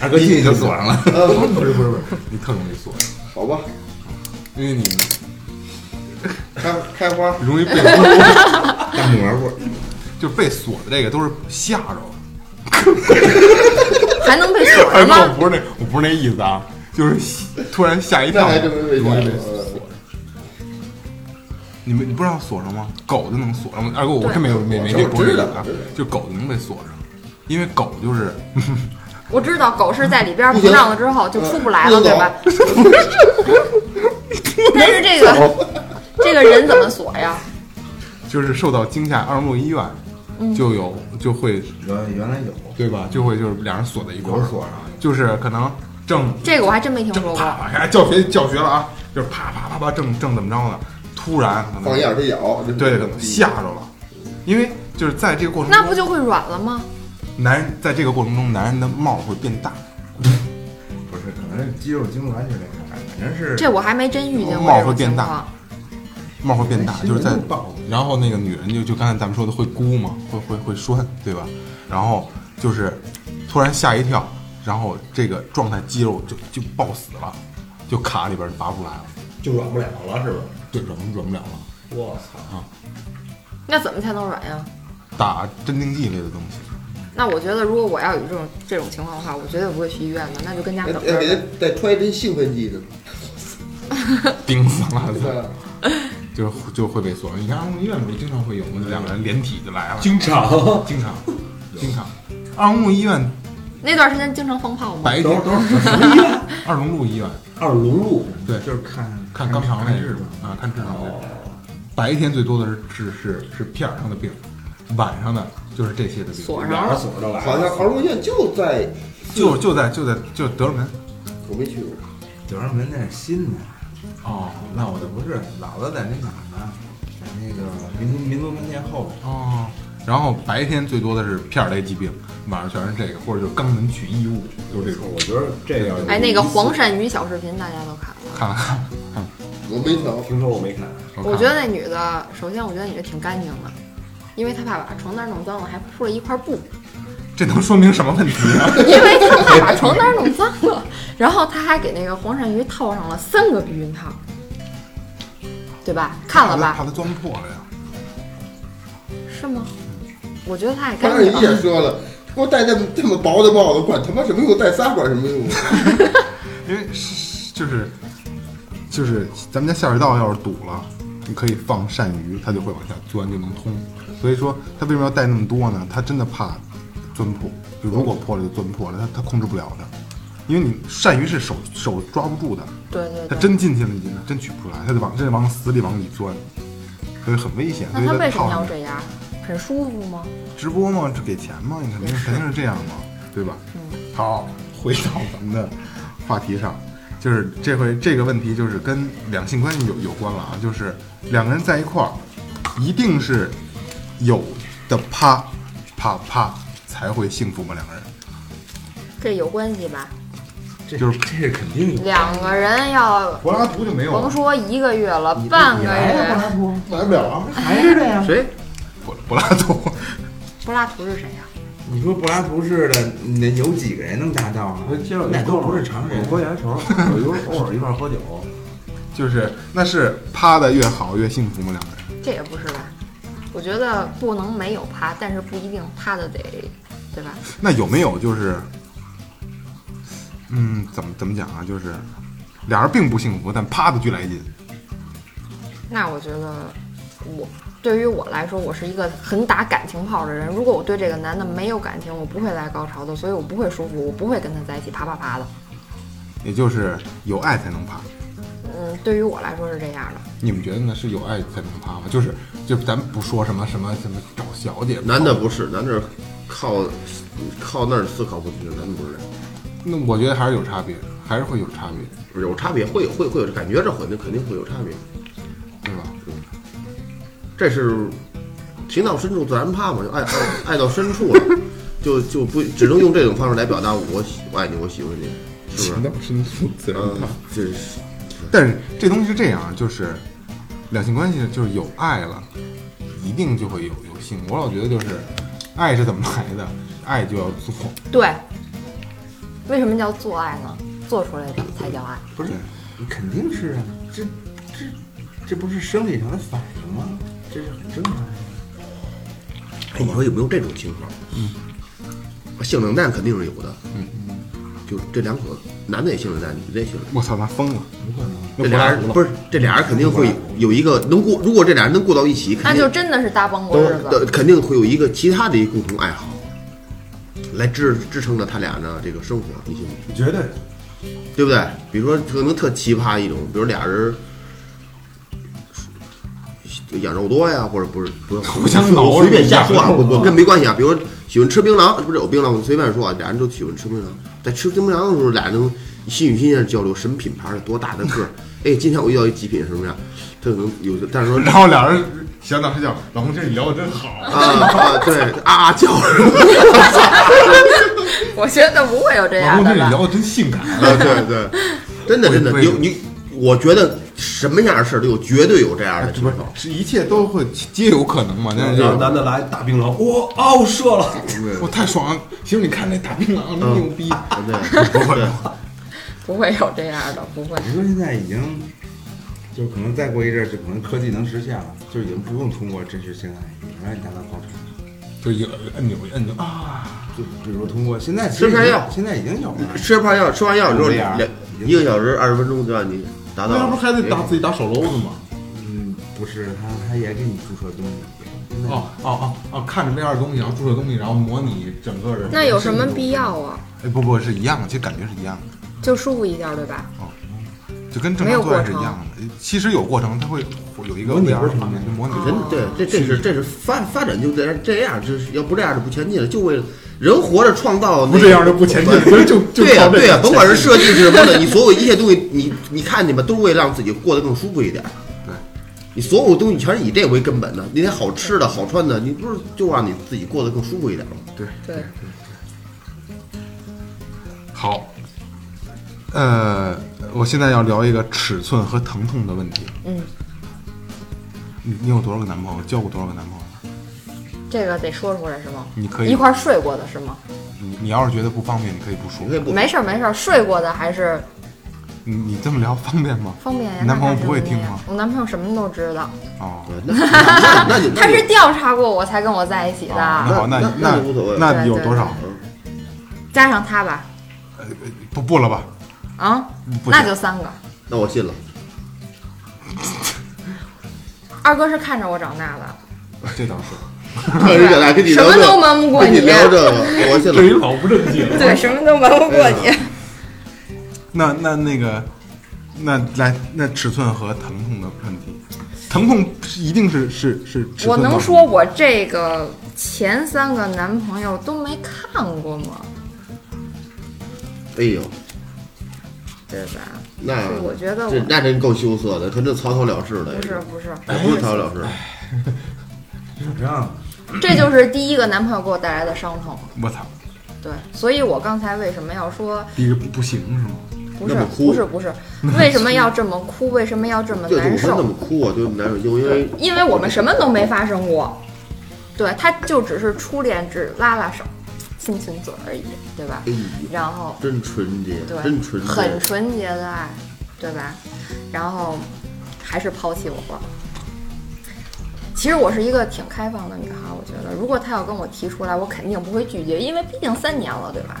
Speaker 2: 二哥进去就锁上 了。
Speaker 4: 嗯，
Speaker 1: 不是不是不是，你特容易锁，
Speaker 4: 好吧，
Speaker 1: 因为你
Speaker 4: 开开花，
Speaker 1: 容易被锁
Speaker 4: 大蘑菇，
Speaker 1: 就被锁的这个都是吓着了。
Speaker 5: 还能被锁
Speaker 1: 哎，
Speaker 5: 上
Speaker 1: 我
Speaker 5: 吗？
Speaker 1: 不是那我不是那意思啊，就是突然吓一
Speaker 4: 那
Speaker 1: 跳，
Speaker 4: 还真没被
Speaker 1: 容易被
Speaker 4: 吓
Speaker 1: 锁
Speaker 4: 着
Speaker 1: 上。你们你不知道锁上吗？狗就能锁上吗？二哥，我
Speaker 5: 对
Speaker 1: 真没有没没
Speaker 4: 我
Speaker 1: 这不是
Speaker 4: 知道
Speaker 1: 啊
Speaker 4: 知道，
Speaker 1: 就狗就能被锁上，因为狗就是
Speaker 5: 我知道狗是在里边
Speaker 4: 不
Speaker 5: 膨
Speaker 4: 行
Speaker 5: 胀了之后就出不来了，
Speaker 4: 不
Speaker 5: 对
Speaker 4: 能
Speaker 5: 吧？但是这个这个人怎么锁呀？
Speaker 1: 就是受到惊吓，二诺医院
Speaker 4: 嗯
Speaker 1: 就有就会
Speaker 2: 原原来有，
Speaker 1: 对吧？就会就是俩人锁在一块
Speaker 2: 有
Speaker 1: 儿，
Speaker 2: 锁上
Speaker 1: 就是可能正
Speaker 5: 这个我还真没听
Speaker 1: 正
Speaker 5: 说
Speaker 1: 啪
Speaker 5: 过。
Speaker 1: 啪啪教学教学了啊，就是啪啪啪啪正正怎么着呢？突然可能
Speaker 4: 放眼儿就咬，这
Speaker 1: 对，可能吓着了，因为就是在这个过程
Speaker 5: 那不
Speaker 1: 中，
Speaker 5: 就会软了吗？
Speaker 1: 男人在这个过程中，男人的帽会变大，
Speaker 2: 不是，可能是肌肉痉挛之类的，反正是
Speaker 5: 这我还没真遇见过
Speaker 1: 帽
Speaker 5: 这种
Speaker 1: 会变
Speaker 5: 情
Speaker 1: 大
Speaker 5: 况。
Speaker 1: 帽会变大，
Speaker 2: 哎
Speaker 1: 就是在
Speaker 2: 新闻都报了，
Speaker 1: 然后那个女人就就刚才咱们说的会箍嘛，会会会栓，对吧？然后就是突然吓一跳，然后这个状态肌肉就就爆死了，就卡里边儿拔不出来了，
Speaker 3: 就软不了了，是吧？
Speaker 1: 对，软软不了了，
Speaker 3: 我操！
Speaker 5: 那怎么才能软呀？
Speaker 1: 打镇定剂类的东西。
Speaker 5: 那我觉得，如果我要有这种这种情况的话，我绝对不会去医院的，那就跟家
Speaker 4: 哎
Speaker 5: 等
Speaker 4: 哎给他
Speaker 5: 着。
Speaker 4: 再揣一针兴奋剂啊呢，
Speaker 1: 钉死了，
Speaker 4: 对吧？
Speaker 1: 就就会被锁。你看儿童医院不是经常会有吗？两个人连体就来了，
Speaker 6: 经常
Speaker 1: 经常，经常。儿童医院
Speaker 5: 那段时间经常放炮吗？
Speaker 1: 白
Speaker 3: 等会
Speaker 1: 天
Speaker 3: 儿等会儿，什么医院？
Speaker 1: 二龙路医院，
Speaker 3: 二龙路
Speaker 1: 对，
Speaker 2: 就是看
Speaker 1: 看肛肠
Speaker 2: 看
Speaker 1: 那
Speaker 2: 日
Speaker 1: 个
Speaker 2: 子。
Speaker 1: 啊，看痔疮那个。白天最多的是是是是片儿上的病，晚上的就是这些的病，
Speaker 5: 锁上
Speaker 3: 哪儿
Speaker 5: 了，
Speaker 3: 锁着来
Speaker 4: 好
Speaker 3: 了？
Speaker 4: 像儿童医院就在，
Speaker 1: 就就在就在就德胜门。
Speaker 4: 我没去过，
Speaker 2: 九上门那是新的，
Speaker 1: 哦，
Speaker 2: 那我就不是老的在那哪儿呢？在那个民族民族门店后边。
Speaker 1: 哦，然后白天最多的是片儿类疾病，晚上全是这个，或者就是肛门取异物，就是这种。
Speaker 3: 我觉得这个
Speaker 5: 哎，那个黄鳝鱼小视频大家都看了。
Speaker 1: 看了看了，
Speaker 4: 我没 瞧。
Speaker 3: 听说我没看，
Speaker 1: 我看
Speaker 5: 我
Speaker 1: 了
Speaker 5: 觉得那女的，首先我觉得那女的挺干净的，因为她怕把床单弄脏了，还铺了一块布，
Speaker 1: 这能说明什么问题啊？
Speaker 5: 因为她怕把床单弄脏了。然后她还给那个黄鳝鱼套上了三个避孕套，对吧？看了
Speaker 1: 怕
Speaker 5: 吧？
Speaker 1: 他钻破了呀。
Speaker 5: 是吗？我觉得她也
Speaker 4: 当
Speaker 5: 干
Speaker 4: 然
Speaker 5: 净
Speaker 4: 你。也说了，给我戴这么这么薄的帽子，管他妈什么用？戴仨管什么用？
Speaker 1: 因为是就是就是咱们家下水道要是堵了，你可以放鳝鱼，它就会往下钻，就能通。所以说它为什么要带那么多呢？它真的怕钻破，就如果破了就钻破了，它它控制不了的，因为你鳝鱼是手手抓不住的，
Speaker 5: 对对
Speaker 1: 它
Speaker 5: 对。
Speaker 1: 真进去了，你真真取不出来，它就往真往死里往里钻，所以很危险。
Speaker 5: 那她
Speaker 1: 所以它
Speaker 5: 为什么
Speaker 1: 套上
Speaker 5: 要这样？很舒服吗？
Speaker 1: 直播嘛，这给钱嘛，你肯定肯定是这样嘛，对吧？
Speaker 5: 嗯。
Speaker 1: 好，回到咱们的话题上， 就是这回这个问题就是跟两性关系有有关了啊，就是两个人在一块儿，一定是有的啪啪啪才会幸福吗？两个人
Speaker 5: 这有关系吧？
Speaker 2: 这
Speaker 1: 就是
Speaker 2: 这是肯定有。
Speaker 5: 两个人要
Speaker 1: 柏拉图就没有
Speaker 5: 甭
Speaker 1: 啊，
Speaker 5: 说一个月了，半个月。
Speaker 1: 来不了啊，
Speaker 2: 还是的呀。
Speaker 1: 谁？柏柏拉图，
Speaker 5: 柏拉图是谁呀、
Speaker 2: 你说柏拉图式的，那有几个人能达到啊？那都不是常人
Speaker 3: 我。郭彦成，我有时候偶尔一块儿 喝酒，
Speaker 1: 就是那是啪的越好越幸福吗？两个人
Speaker 5: 这也不是吧？我觉得不能没有趴，但是不一定趴的得，对吧？
Speaker 1: 那有没有就是，嗯，怎么怎么讲啊？就是俩人并不幸福，但啪的巨来劲。
Speaker 5: 那我觉得我对于我来说，我是一个很打感情炮的人。如果我对这个男的没有感情，我不会来高潮的，所以我不会舒服，我不会跟他在一起啪啪啪的。
Speaker 1: 也就是有爱才能爬。
Speaker 5: 嗯，对于我来说是这样的。
Speaker 1: 你们觉得呢？是有爱才能爬吗？就是，就咱们不说什么什么什么找小姐，
Speaker 4: 男的不是，男的靠靠那儿思考不是，男的不是。
Speaker 1: 那我觉得还是有差别，还是会有差别，
Speaker 4: 有差别，会有会会有感觉，这肯定肯定会有差别。
Speaker 1: 对吧？
Speaker 4: 这是情到深处自然怕嘛，就爱爱爱到深处了， 就就不只能用这种方式来表达我喜我爱你，我喜欢你，是不是？
Speaker 1: 到深处自
Speaker 4: 嗯，这是
Speaker 1: 但是这东西是这样啊，就是两性关系就是有爱了，一定就会有有性。我老觉得就是，爱是怎么来的？爱就要做。
Speaker 5: 对，为什么叫做爱呢？做出来的才叫爱。
Speaker 2: 不是，肯定是啊，这这这不是生理上的反应吗？这是很正常的。
Speaker 4: 哎，你说有没有这种情况？嗯，性冷淡肯定是有的。嗯，就这两口子，男的也性冷淡，女的也性冷淡。
Speaker 1: 我操，那疯了！
Speaker 2: 有可能。
Speaker 1: 那
Speaker 4: 这俩人不
Speaker 1: 是
Speaker 4: 是这俩人肯定会有一个能过，如果这俩人能过到一起，肯
Speaker 5: 那
Speaker 4: 定
Speaker 5: 就真的是搭帮过
Speaker 4: 都
Speaker 5: 日子
Speaker 4: 呃，肯定会有一个其他的一个共同爱好，来支支撑着他俩呢这个生活，你信吗？
Speaker 2: 绝对。
Speaker 4: 对不对？比如说可能特奇葩一种，比如俩人养肉多呀，或者不是不是
Speaker 1: 互相挠
Speaker 4: 我随便
Speaker 1: 是吧
Speaker 4: 瞎 说啊，我我跟没关系啊。比如说喜欢吃槟榔，不是有槟榔，我随便说啊，俩人都喜欢吃槟榔。在吃槟榔的时候，俩人能心与心相交流，什么品牌的，多大的个儿？ 哎，今天我遇到一极品什么样？他可能有，但是说
Speaker 1: 然后俩人想到睡觉，老公，这你聊的真好。
Speaker 4: 啊啊，对啊啊叫 什么？
Speaker 5: 我觉得不会有这
Speaker 1: 老
Speaker 5: 样
Speaker 1: 公，这
Speaker 5: 的
Speaker 1: 你
Speaker 5: 啊吧
Speaker 1: 聊。的真性感。
Speaker 4: 啊，对对， 真的真的，
Speaker 1: 会
Speaker 4: 你
Speaker 1: 会
Speaker 4: 你，我觉觉得什么样的事儿都有，绝对哎有这样的
Speaker 1: 这
Speaker 4: 情
Speaker 1: 不
Speaker 4: 况
Speaker 1: 是。，是一切都会皆有可能嘛？但是就是
Speaker 3: 让男的来大槟榔，我啊
Speaker 2: 哦
Speaker 3: 我射了，
Speaker 1: 我太爽了！媳妇，你看那大槟榔，真牛逼！
Speaker 4: 啊 对，不会，
Speaker 5: 不会有这样的，不会。
Speaker 2: 你说现在已经，就可能再过一阵儿，就可能科技能实现了，就已经不用通过真实性爱也让你达到高潮。
Speaker 1: 就一个按钮一按钮啊，
Speaker 2: 就比如说通过现在其实
Speaker 4: 吃片
Speaker 2: 已经
Speaker 4: 药
Speaker 2: 现在已经有了。
Speaker 4: 吃完药吃完药之后，
Speaker 2: 这样
Speaker 4: 两一个小时二十分钟就让你达到
Speaker 1: 那
Speaker 4: 了。
Speaker 1: 不是还得
Speaker 4: 嗯
Speaker 1: 打自己打手揉子吗？
Speaker 2: 嗯，不是，他他也给你注射东西。现在
Speaker 3: 嗯
Speaker 1: 哦哦哦哦，看着那样东西，然后注射东西，然后模拟整个人。
Speaker 5: 那有什么必要啊？
Speaker 1: 哎，不不是一样的，其实感觉是一样的，
Speaker 5: 就舒服一下，对吧？
Speaker 1: 就跟正
Speaker 5: 没
Speaker 1: 常
Speaker 5: 有
Speaker 1: 做爱是一
Speaker 5: 过程
Speaker 1: 样的。其实有过程，它会有一个
Speaker 2: 模拟
Speaker 1: VR
Speaker 2: 过程
Speaker 1: 画面，就模拟过
Speaker 4: 人
Speaker 1: 程。
Speaker 4: 对，这这是这是发发展就这样这样，这是要不这样就不前进了。就为了人活着创造那
Speaker 1: 不
Speaker 4: 个
Speaker 1: 这样就不前进，就就就
Speaker 4: 对呀、啊
Speaker 1: 靠这
Speaker 4: 对呀、
Speaker 1: 个
Speaker 4: 甭管是设计是什么的，你所有一切东西，你你看见吧，都是为了让自己过得更舒服一点。哎
Speaker 1: 对，
Speaker 4: 你所有东西全是以这为根本的，你得好吃的好穿的，你不是就让你自己过得更舒服一点吗？
Speaker 1: 对。
Speaker 5: 对，
Speaker 1: 好，呃，我现在要聊一个尺寸和疼痛的问题。
Speaker 5: 嗯，
Speaker 1: 你你有多少个男朋友？交过多少个男朋友？
Speaker 5: 这个得说出来是吗？
Speaker 1: 你可以
Speaker 5: 一块儿睡过的是吗？
Speaker 1: 你你要是觉得不方便，你可以不说
Speaker 4: 你。可以不哎
Speaker 5: 没事儿没事儿，睡过的还是
Speaker 1: 你你这么聊方便吗？
Speaker 5: 方便呀。
Speaker 1: 你男朋友
Speaker 5: 那干什么
Speaker 1: 不会听
Speaker 5: 呀
Speaker 1: 吗？
Speaker 5: 我男朋友什么都知道，
Speaker 1: 哦，
Speaker 4: 那那那你
Speaker 5: 他是调查过我才跟我在一起
Speaker 1: 啊那
Speaker 5: 的，
Speaker 1: 好，那
Speaker 4: 那
Speaker 1: 那
Speaker 4: 那就无所谓了
Speaker 1: 那
Speaker 5: 对
Speaker 1: 有
Speaker 5: 对
Speaker 1: 多少？
Speaker 4: 嗯
Speaker 5: 加上他吧，
Speaker 1: 不不了吧？
Speaker 5: 啊
Speaker 1: 不，
Speaker 5: 那
Speaker 1: 行
Speaker 5: 就三个。
Speaker 4: 那我 信了，
Speaker 5: 二哥是看着我长大的，
Speaker 1: 这倒是。
Speaker 4: 看人家俩跟你聊
Speaker 5: 什么
Speaker 4: 这
Speaker 5: 都瞒不过
Speaker 4: 跟你
Speaker 5: 你
Speaker 4: 聊这个，我信
Speaker 6: 这一
Speaker 4: 了。
Speaker 6: 老不正经。
Speaker 5: 对，什么都瞒不过你。
Speaker 1: 那那那个，那来那尺寸和疼痛的问题，疼痛一定是是是尺寸
Speaker 5: 我
Speaker 1: 造
Speaker 5: 能
Speaker 1: 成
Speaker 5: 说我这个前三个男朋友都没看过吗？
Speaker 4: 哎呦，
Speaker 5: 对吧？
Speaker 4: 那
Speaker 5: 我觉得我
Speaker 4: 这那真够羞涩的，纯这草草了事的。
Speaker 5: 不是不是，
Speaker 4: 哎，不是草草了事，
Speaker 2: 这样的
Speaker 5: 这就是第一个男朋友给我带来的伤痛。
Speaker 1: 我操，
Speaker 5: 对，所以我刚才为什么要说
Speaker 1: 第一个不不行是吗？
Speaker 5: 不是
Speaker 4: 那么哭
Speaker 5: 不是不是，为什么要这么哭？为什么要这么
Speaker 4: 对，我
Speaker 5: 难
Speaker 4: 看那
Speaker 5: 受？
Speaker 4: 么哭，我就难受，就因为
Speaker 5: 因为我们什么都没发生过，对，他就只是初恋，只拉拉手，亲亲嘴而已，对吧
Speaker 4: 哎？呦，
Speaker 5: 然后
Speaker 4: 真纯洁，
Speaker 5: 对，
Speaker 4: 真纯洁，
Speaker 5: 很纯洁的爱，对吧？然后还是抛弃我了。其实我是一个挺开放的女孩，我觉得如果她要跟我提出来，我肯定不会拒绝，因为毕竟三年了，对吧？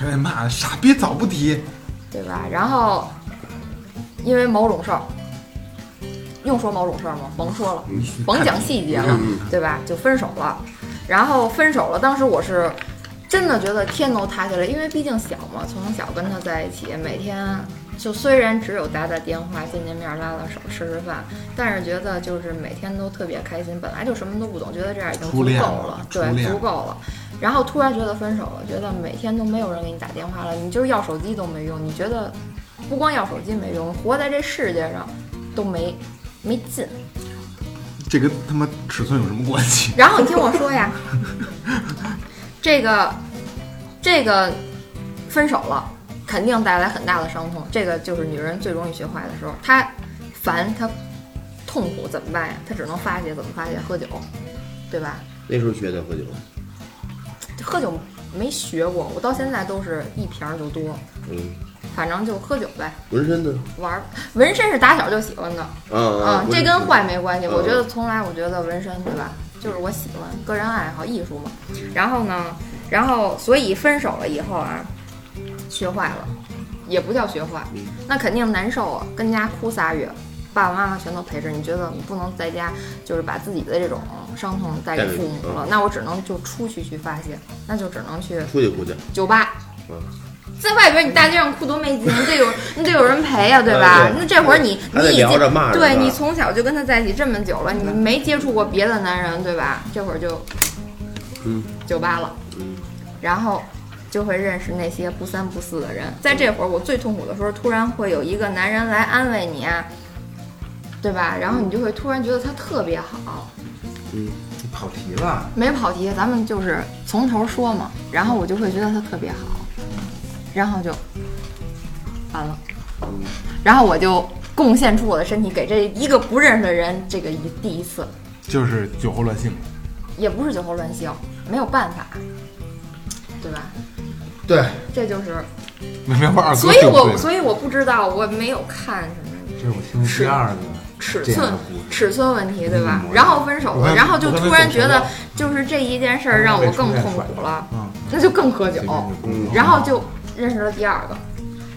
Speaker 1: 哎妈，傻逼早不提，
Speaker 5: 对吧？然后因为某种事儿，用说某种事儿吗？甭说了，甭讲细节
Speaker 1: 嗯
Speaker 5: 了，对吧？就分手了。然后分手了，当时我是真的觉得天都塌下来，因为毕竟小嘛，从小跟他在一起，每天就虽然只有打打电话、见见面、拉拉手、吃吃饭，但是觉得就是每天都特别开心。本来就什么都不懂，觉得这样已经足
Speaker 1: 初
Speaker 5: 够
Speaker 1: 恋
Speaker 5: 了
Speaker 1: 了，初
Speaker 5: 对，
Speaker 1: 恋
Speaker 5: 足够了。然后突然觉得分手了，觉得每天都没有人给你打电话了，你就是要手机都没用，你觉得不光要手机没用，活在这世界上都没没劲。
Speaker 1: 这跟他妈尺寸有什么关系？
Speaker 5: 然后你听我说呀，这个这个分手了，肯定带来很大的伤痛。这个就是女人最容易学坏的时候，她烦她痛苦怎么办呀？她只能发泄，怎么发泄？喝酒，对吧？
Speaker 4: 那时候学的喝酒，
Speaker 5: 喝酒没学过，我到现在都是一瓶儿就多，
Speaker 4: 嗯，
Speaker 5: 反正就喝酒呗，
Speaker 4: 纹身呢？
Speaker 5: 玩儿。纹身是打小就喜欢的，
Speaker 4: 啊
Speaker 5: 啊
Speaker 4: 啊，，
Speaker 5: 这跟坏没关系。
Speaker 4: 嗯
Speaker 5: 我觉得从来，我觉得纹身对吧，就是我喜欢个人爱好艺术嘛。然后呢，然后所以分手了以后啊，学坏了，也不叫学坏，
Speaker 4: 嗯
Speaker 5: 那肯定难受啊，跟家哭仨月。爸爸妈妈全都陪着，你觉得你不能在家，就是把自己的这种伤痛带给
Speaker 4: 带给
Speaker 5: 父母了
Speaker 4: 嗯。
Speaker 5: 那我只能就出去去发泄，那就只能去
Speaker 4: 出去出去，
Speaker 5: 酒吧
Speaker 4: 嗯。
Speaker 5: 在外边你大街上哭多没劲，你得有 你得有人陪呀、对吧？
Speaker 4: 哎对
Speaker 5: 那这会儿你
Speaker 4: 还
Speaker 5: 你
Speaker 4: 得
Speaker 5: 已
Speaker 4: 聊着
Speaker 5: 经
Speaker 4: 骂着
Speaker 5: 对
Speaker 4: 是吧
Speaker 5: 你从小就跟他在一起这么久了，你没接触过别的男人，对吧？这会儿就，
Speaker 4: 嗯，
Speaker 5: 酒吧了，
Speaker 4: 嗯，
Speaker 5: 然后就会认识那些不三不四的人。在这会儿我最痛苦的时候，突然会有一个男人来安慰你啊，对吧？然后你就会突然觉得他特别好，
Speaker 2: 跑题了，
Speaker 5: 没跑题，咱们就是从头说嘛。然后我就会觉得他特别好，然后就完了，然后我就贡献出我的身体给这一个不认识的人，这个一第一次，
Speaker 1: 就是酒后乱性，
Speaker 5: 也不是酒后乱性，没有办法，对吧？
Speaker 4: 对，
Speaker 5: 这就是，
Speaker 1: 没没法二哥
Speaker 5: 所以
Speaker 1: 对不
Speaker 5: 我
Speaker 1: 对
Speaker 5: 所以我不知道，我没有看什么
Speaker 2: 这是我听的第二个
Speaker 5: 尺
Speaker 2: 这样
Speaker 5: 寸
Speaker 2: 的故事。
Speaker 5: 尺寸问题，对吧
Speaker 2: 嗯？
Speaker 5: 然后分手
Speaker 1: 我
Speaker 5: 了，
Speaker 1: 看
Speaker 5: 然后就
Speaker 1: 我看
Speaker 5: 突然
Speaker 1: 那
Speaker 5: 觉
Speaker 1: 狗
Speaker 5: 得
Speaker 1: 熊，
Speaker 5: 就是这一件事儿让我更痛苦了，那就更喝酒。
Speaker 2: 嗯
Speaker 5: 然后就认识了第二个，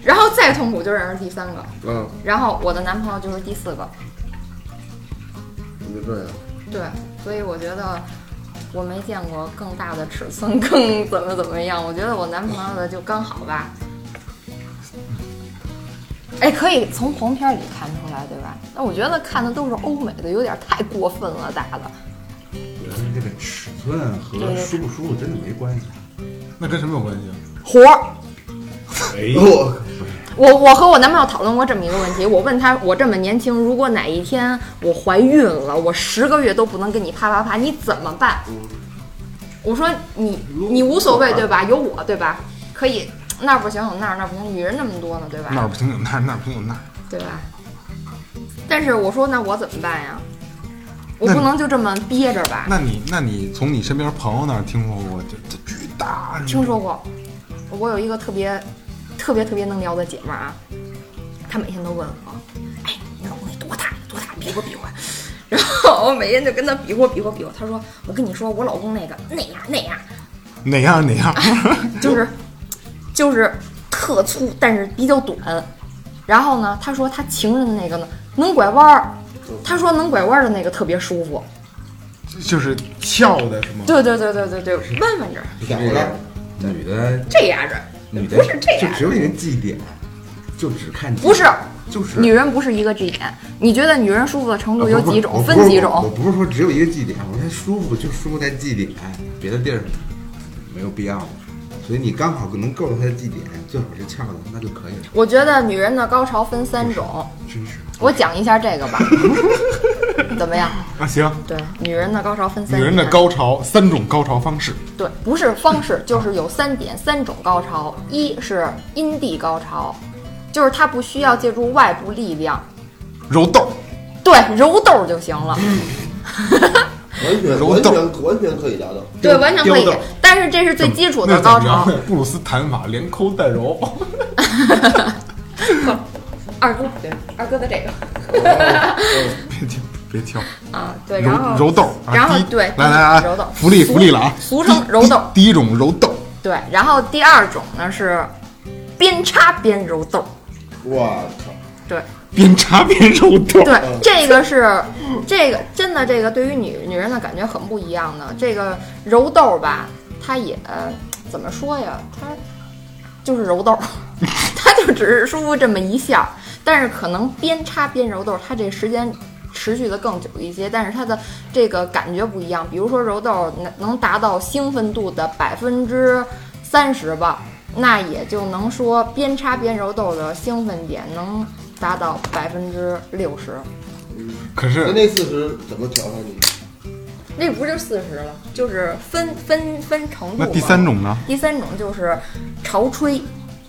Speaker 5: 然后再痛苦就认识第三个，
Speaker 4: 嗯，
Speaker 5: 然后我的男朋友就是第四个。
Speaker 4: 你就这样，
Speaker 5: 对，所以我觉得我没见过更大的尺寸，更怎么怎么样。我觉得我男朋友的就刚好吧。哎，可以从黄片里看出来，对吧？那我觉得看的都是欧美的，有点太过分了，大的。
Speaker 2: 这个尺寸和舒不舒服真的没关系。
Speaker 1: 那跟什么有关系啊？
Speaker 5: 活儿，
Speaker 3: 哎
Speaker 6: 哦
Speaker 4: 我
Speaker 5: 我我和我男朋友讨论过这么一个问题，我问他，我这么年轻，如果哪一天我怀孕了，我十个月都不能跟你啪啪啪，你怎么办？我说你你无所谓对吧？有我对吧？可以，那儿不行有那儿，那儿不行，女人那么多呢对吧？
Speaker 1: 那儿不行有那儿，那儿不行有那儿。
Speaker 5: 对吧？但是我说那我怎么办呀？我
Speaker 1: 那
Speaker 5: 不能就这么憋着吧？
Speaker 1: 那你那你从你身边朋友那儿听说过这这巨大？啊
Speaker 5: 听说过，我有一个特别特别特别能聊的姐们儿啊，她每天都问我，哎，你老公你多大？你多大？比划比划。然后我每天就跟她比划比划比划。她说，我跟你说，我老公那个那样那样，
Speaker 1: 哪样哪样？
Speaker 5: 就是就是特粗，但是比较短。然后呢，他说他情人的那个呢能拐弯儿，他说能拐弯儿的那个特别舒服。
Speaker 1: 就是翘的是
Speaker 2: 嗯
Speaker 1: 吗？
Speaker 5: 对对对对对对，问问这儿
Speaker 2: 这个女的，
Speaker 5: 这样着，
Speaker 2: 女的
Speaker 5: 不是这
Speaker 2: 就
Speaker 5: 样
Speaker 2: 只有一个绩点，就只看
Speaker 5: 不是，
Speaker 2: 就是
Speaker 5: 女人不是一个 G 点。你觉得女人舒服的程度有几
Speaker 2: 我
Speaker 5: 种？
Speaker 2: 不是
Speaker 5: 分几
Speaker 2: 我
Speaker 5: 种？
Speaker 2: 不是说只有一个绩点，我说舒服就舒服在绩点，别的地儿没有必要的。所以你刚好能够到它的绩点，最好是翘的，那就可以了。
Speaker 5: 我觉得女人的高潮分三种，
Speaker 2: 真是，
Speaker 5: 我讲一下这个吧，怎么样？
Speaker 1: 啊，行，
Speaker 5: 对，女人的高潮分三
Speaker 1: 女
Speaker 5: 种。
Speaker 1: 人的高潮三种高潮方式，
Speaker 5: 对，不是方式，就是有三点三种高潮，一是阴蒂高潮，就是它不需要借助外部力量，
Speaker 1: 揉豆，
Speaker 5: 对，揉豆儿就行了。
Speaker 4: 完全
Speaker 1: 柔
Speaker 4: 完
Speaker 1: 道
Speaker 4: 全完全可以达到。
Speaker 5: 对，完全可以
Speaker 1: 雕豆儿。
Speaker 5: 但是这是最基础的
Speaker 1: 那怎
Speaker 5: 高
Speaker 1: 么
Speaker 5: 潮。
Speaker 1: 着？布鲁斯弹法连抠带揉，
Speaker 5: 二哥，对，二哥的这个。
Speaker 1: 别跳别跳，
Speaker 5: 啊，对，
Speaker 1: 揉
Speaker 5: 然后
Speaker 1: 揉豆，啊
Speaker 5: 然后
Speaker 1: 第一
Speaker 5: 对，
Speaker 1: 来来
Speaker 5: 揉
Speaker 1: 来
Speaker 5: 豆，，
Speaker 1: 福利
Speaker 5: 俗
Speaker 1: 福利了啊！
Speaker 5: 俗称揉豆，
Speaker 1: 第一种揉豆，
Speaker 5: 对，然后第二种呢是边插边揉豆，
Speaker 4: 我靠，
Speaker 5: 对
Speaker 1: 边插边揉豆，
Speaker 5: 对，这个是这个真的这个对于女女人的感觉很不一样的，这个揉豆吧，它也呃怎么说呀，它就是揉豆， 它就只是舒服这么一下儿，但是可能边插边揉豆，它这时间持续的更久一些，但是它的这个感觉不一样。比如说揉豆能能达到兴奋度的百分之三十吧，那也就能说边插边揉豆的兴奋点能达到百分之六十。
Speaker 1: 可
Speaker 4: 那
Speaker 1: 是
Speaker 4: 那四十怎么调上你？
Speaker 5: 那不就四十了？就是分分分程度。
Speaker 1: 那第三，种呢？
Speaker 5: 第三种就是潮吹，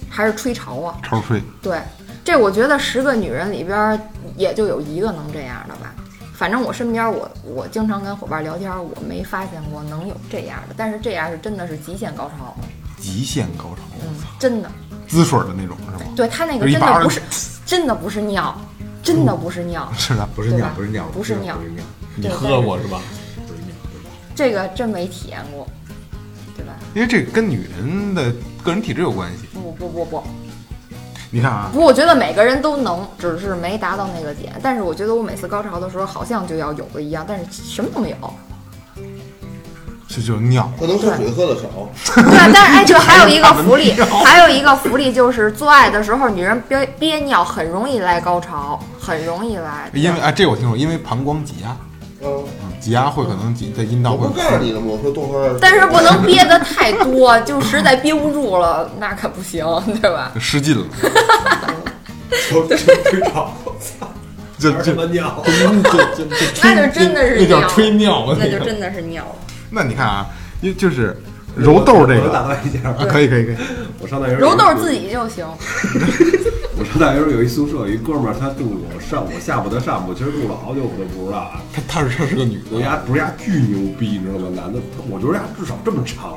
Speaker 5: 还是吹潮啊？
Speaker 1: 潮吹，
Speaker 5: 对，这我觉得十个女人里边儿也就有一个能这样的吧。反正我身边儿我我经常跟伙伴聊天儿，我没发现过能有这样的，但是这样是真的是极限高潮，
Speaker 1: 极限高潮，
Speaker 5: 嗯，真的，
Speaker 1: 滋水的那种是吗？
Speaker 5: 对他那个
Speaker 1: 一
Speaker 5: 真
Speaker 1: 把
Speaker 5: 的
Speaker 1: 耳
Speaker 5: 不是，真的不是尿，真的不是尿，
Speaker 1: 是的，
Speaker 2: 不是
Speaker 5: 对
Speaker 2: 尿
Speaker 5: 吧，
Speaker 2: 不是尿，
Speaker 5: 不是尿
Speaker 2: 不是尿，
Speaker 6: 你
Speaker 5: 对
Speaker 6: 喝过是吧？
Speaker 2: 不是尿，不是尿。
Speaker 5: 这个真没体验过，对吧？
Speaker 1: 因为这跟女人的个人体质有关系。
Speaker 5: 不不不不
Speaker 1: 你看啊，
Speaker 5: 不，我觉得每个人都能，只是没达到那个点。但是我觉得我每次高潮的时候，好像就要有个一样，但是什么都没有。
Speaker 1: 这就是尿，
Speaker 4: 可能是水喝的少，
Speaker 5: 对啊，但是哎，这还有一个福利，还有一个福利就是做爱的时候，女人憋憋尿很容易来高潮，很容易来。
Speaker 1: 因为啊，这我听说，因为膀胱挤压，
Speaker 4: 嗯，
Speaker 1: 嗯挤压会可能挤在阴道
Speaker 4: 我
Speaker 1: 会
Speaker 4: 不。告诉你了吗？我说动画，
Speaker 5: 但是不能憋得太多，就实在憋不住了，那可不行，对吧？
Speaker 1: 就失禁了，
Speaker 3: 我吹吹潮，
Speaker 1: 就
Speaker 3: 玩
Speaker 1: 就
Speaker 3: 什么尿？啊
Speaker 6: 这这这
Speaker 5: 那就真的是
Speaker 6: 那叫
Speaker 5: 尿
Speaker 6: 吹尿 啊！
Speaker 5: 那就
Speaker 6: 个
Speaker 5: 真的是尿了。
Speaker 1: 那你看啊，因为就是揉豆这
Speaker 3: 我打
Speaker 1: 个
Speaker 3: 断一下，
Speaker 1: 啊，可以可以可以，
Speaker 3: 我上大学
Speaker 5: 揉豆自己就行，
Speaker 3: 我上大学时候有一宿舍有一哥们儿，他住我上我下铺的上铺，其实住了好久我都不知道啊。
Speaker 1: 她她是她是个女
Speaker 3: 我
Speaker 1: 的，
Speaker 3: 丫不是丫巨牛逼，你知道吗？男的，我觉得丫至少这么长。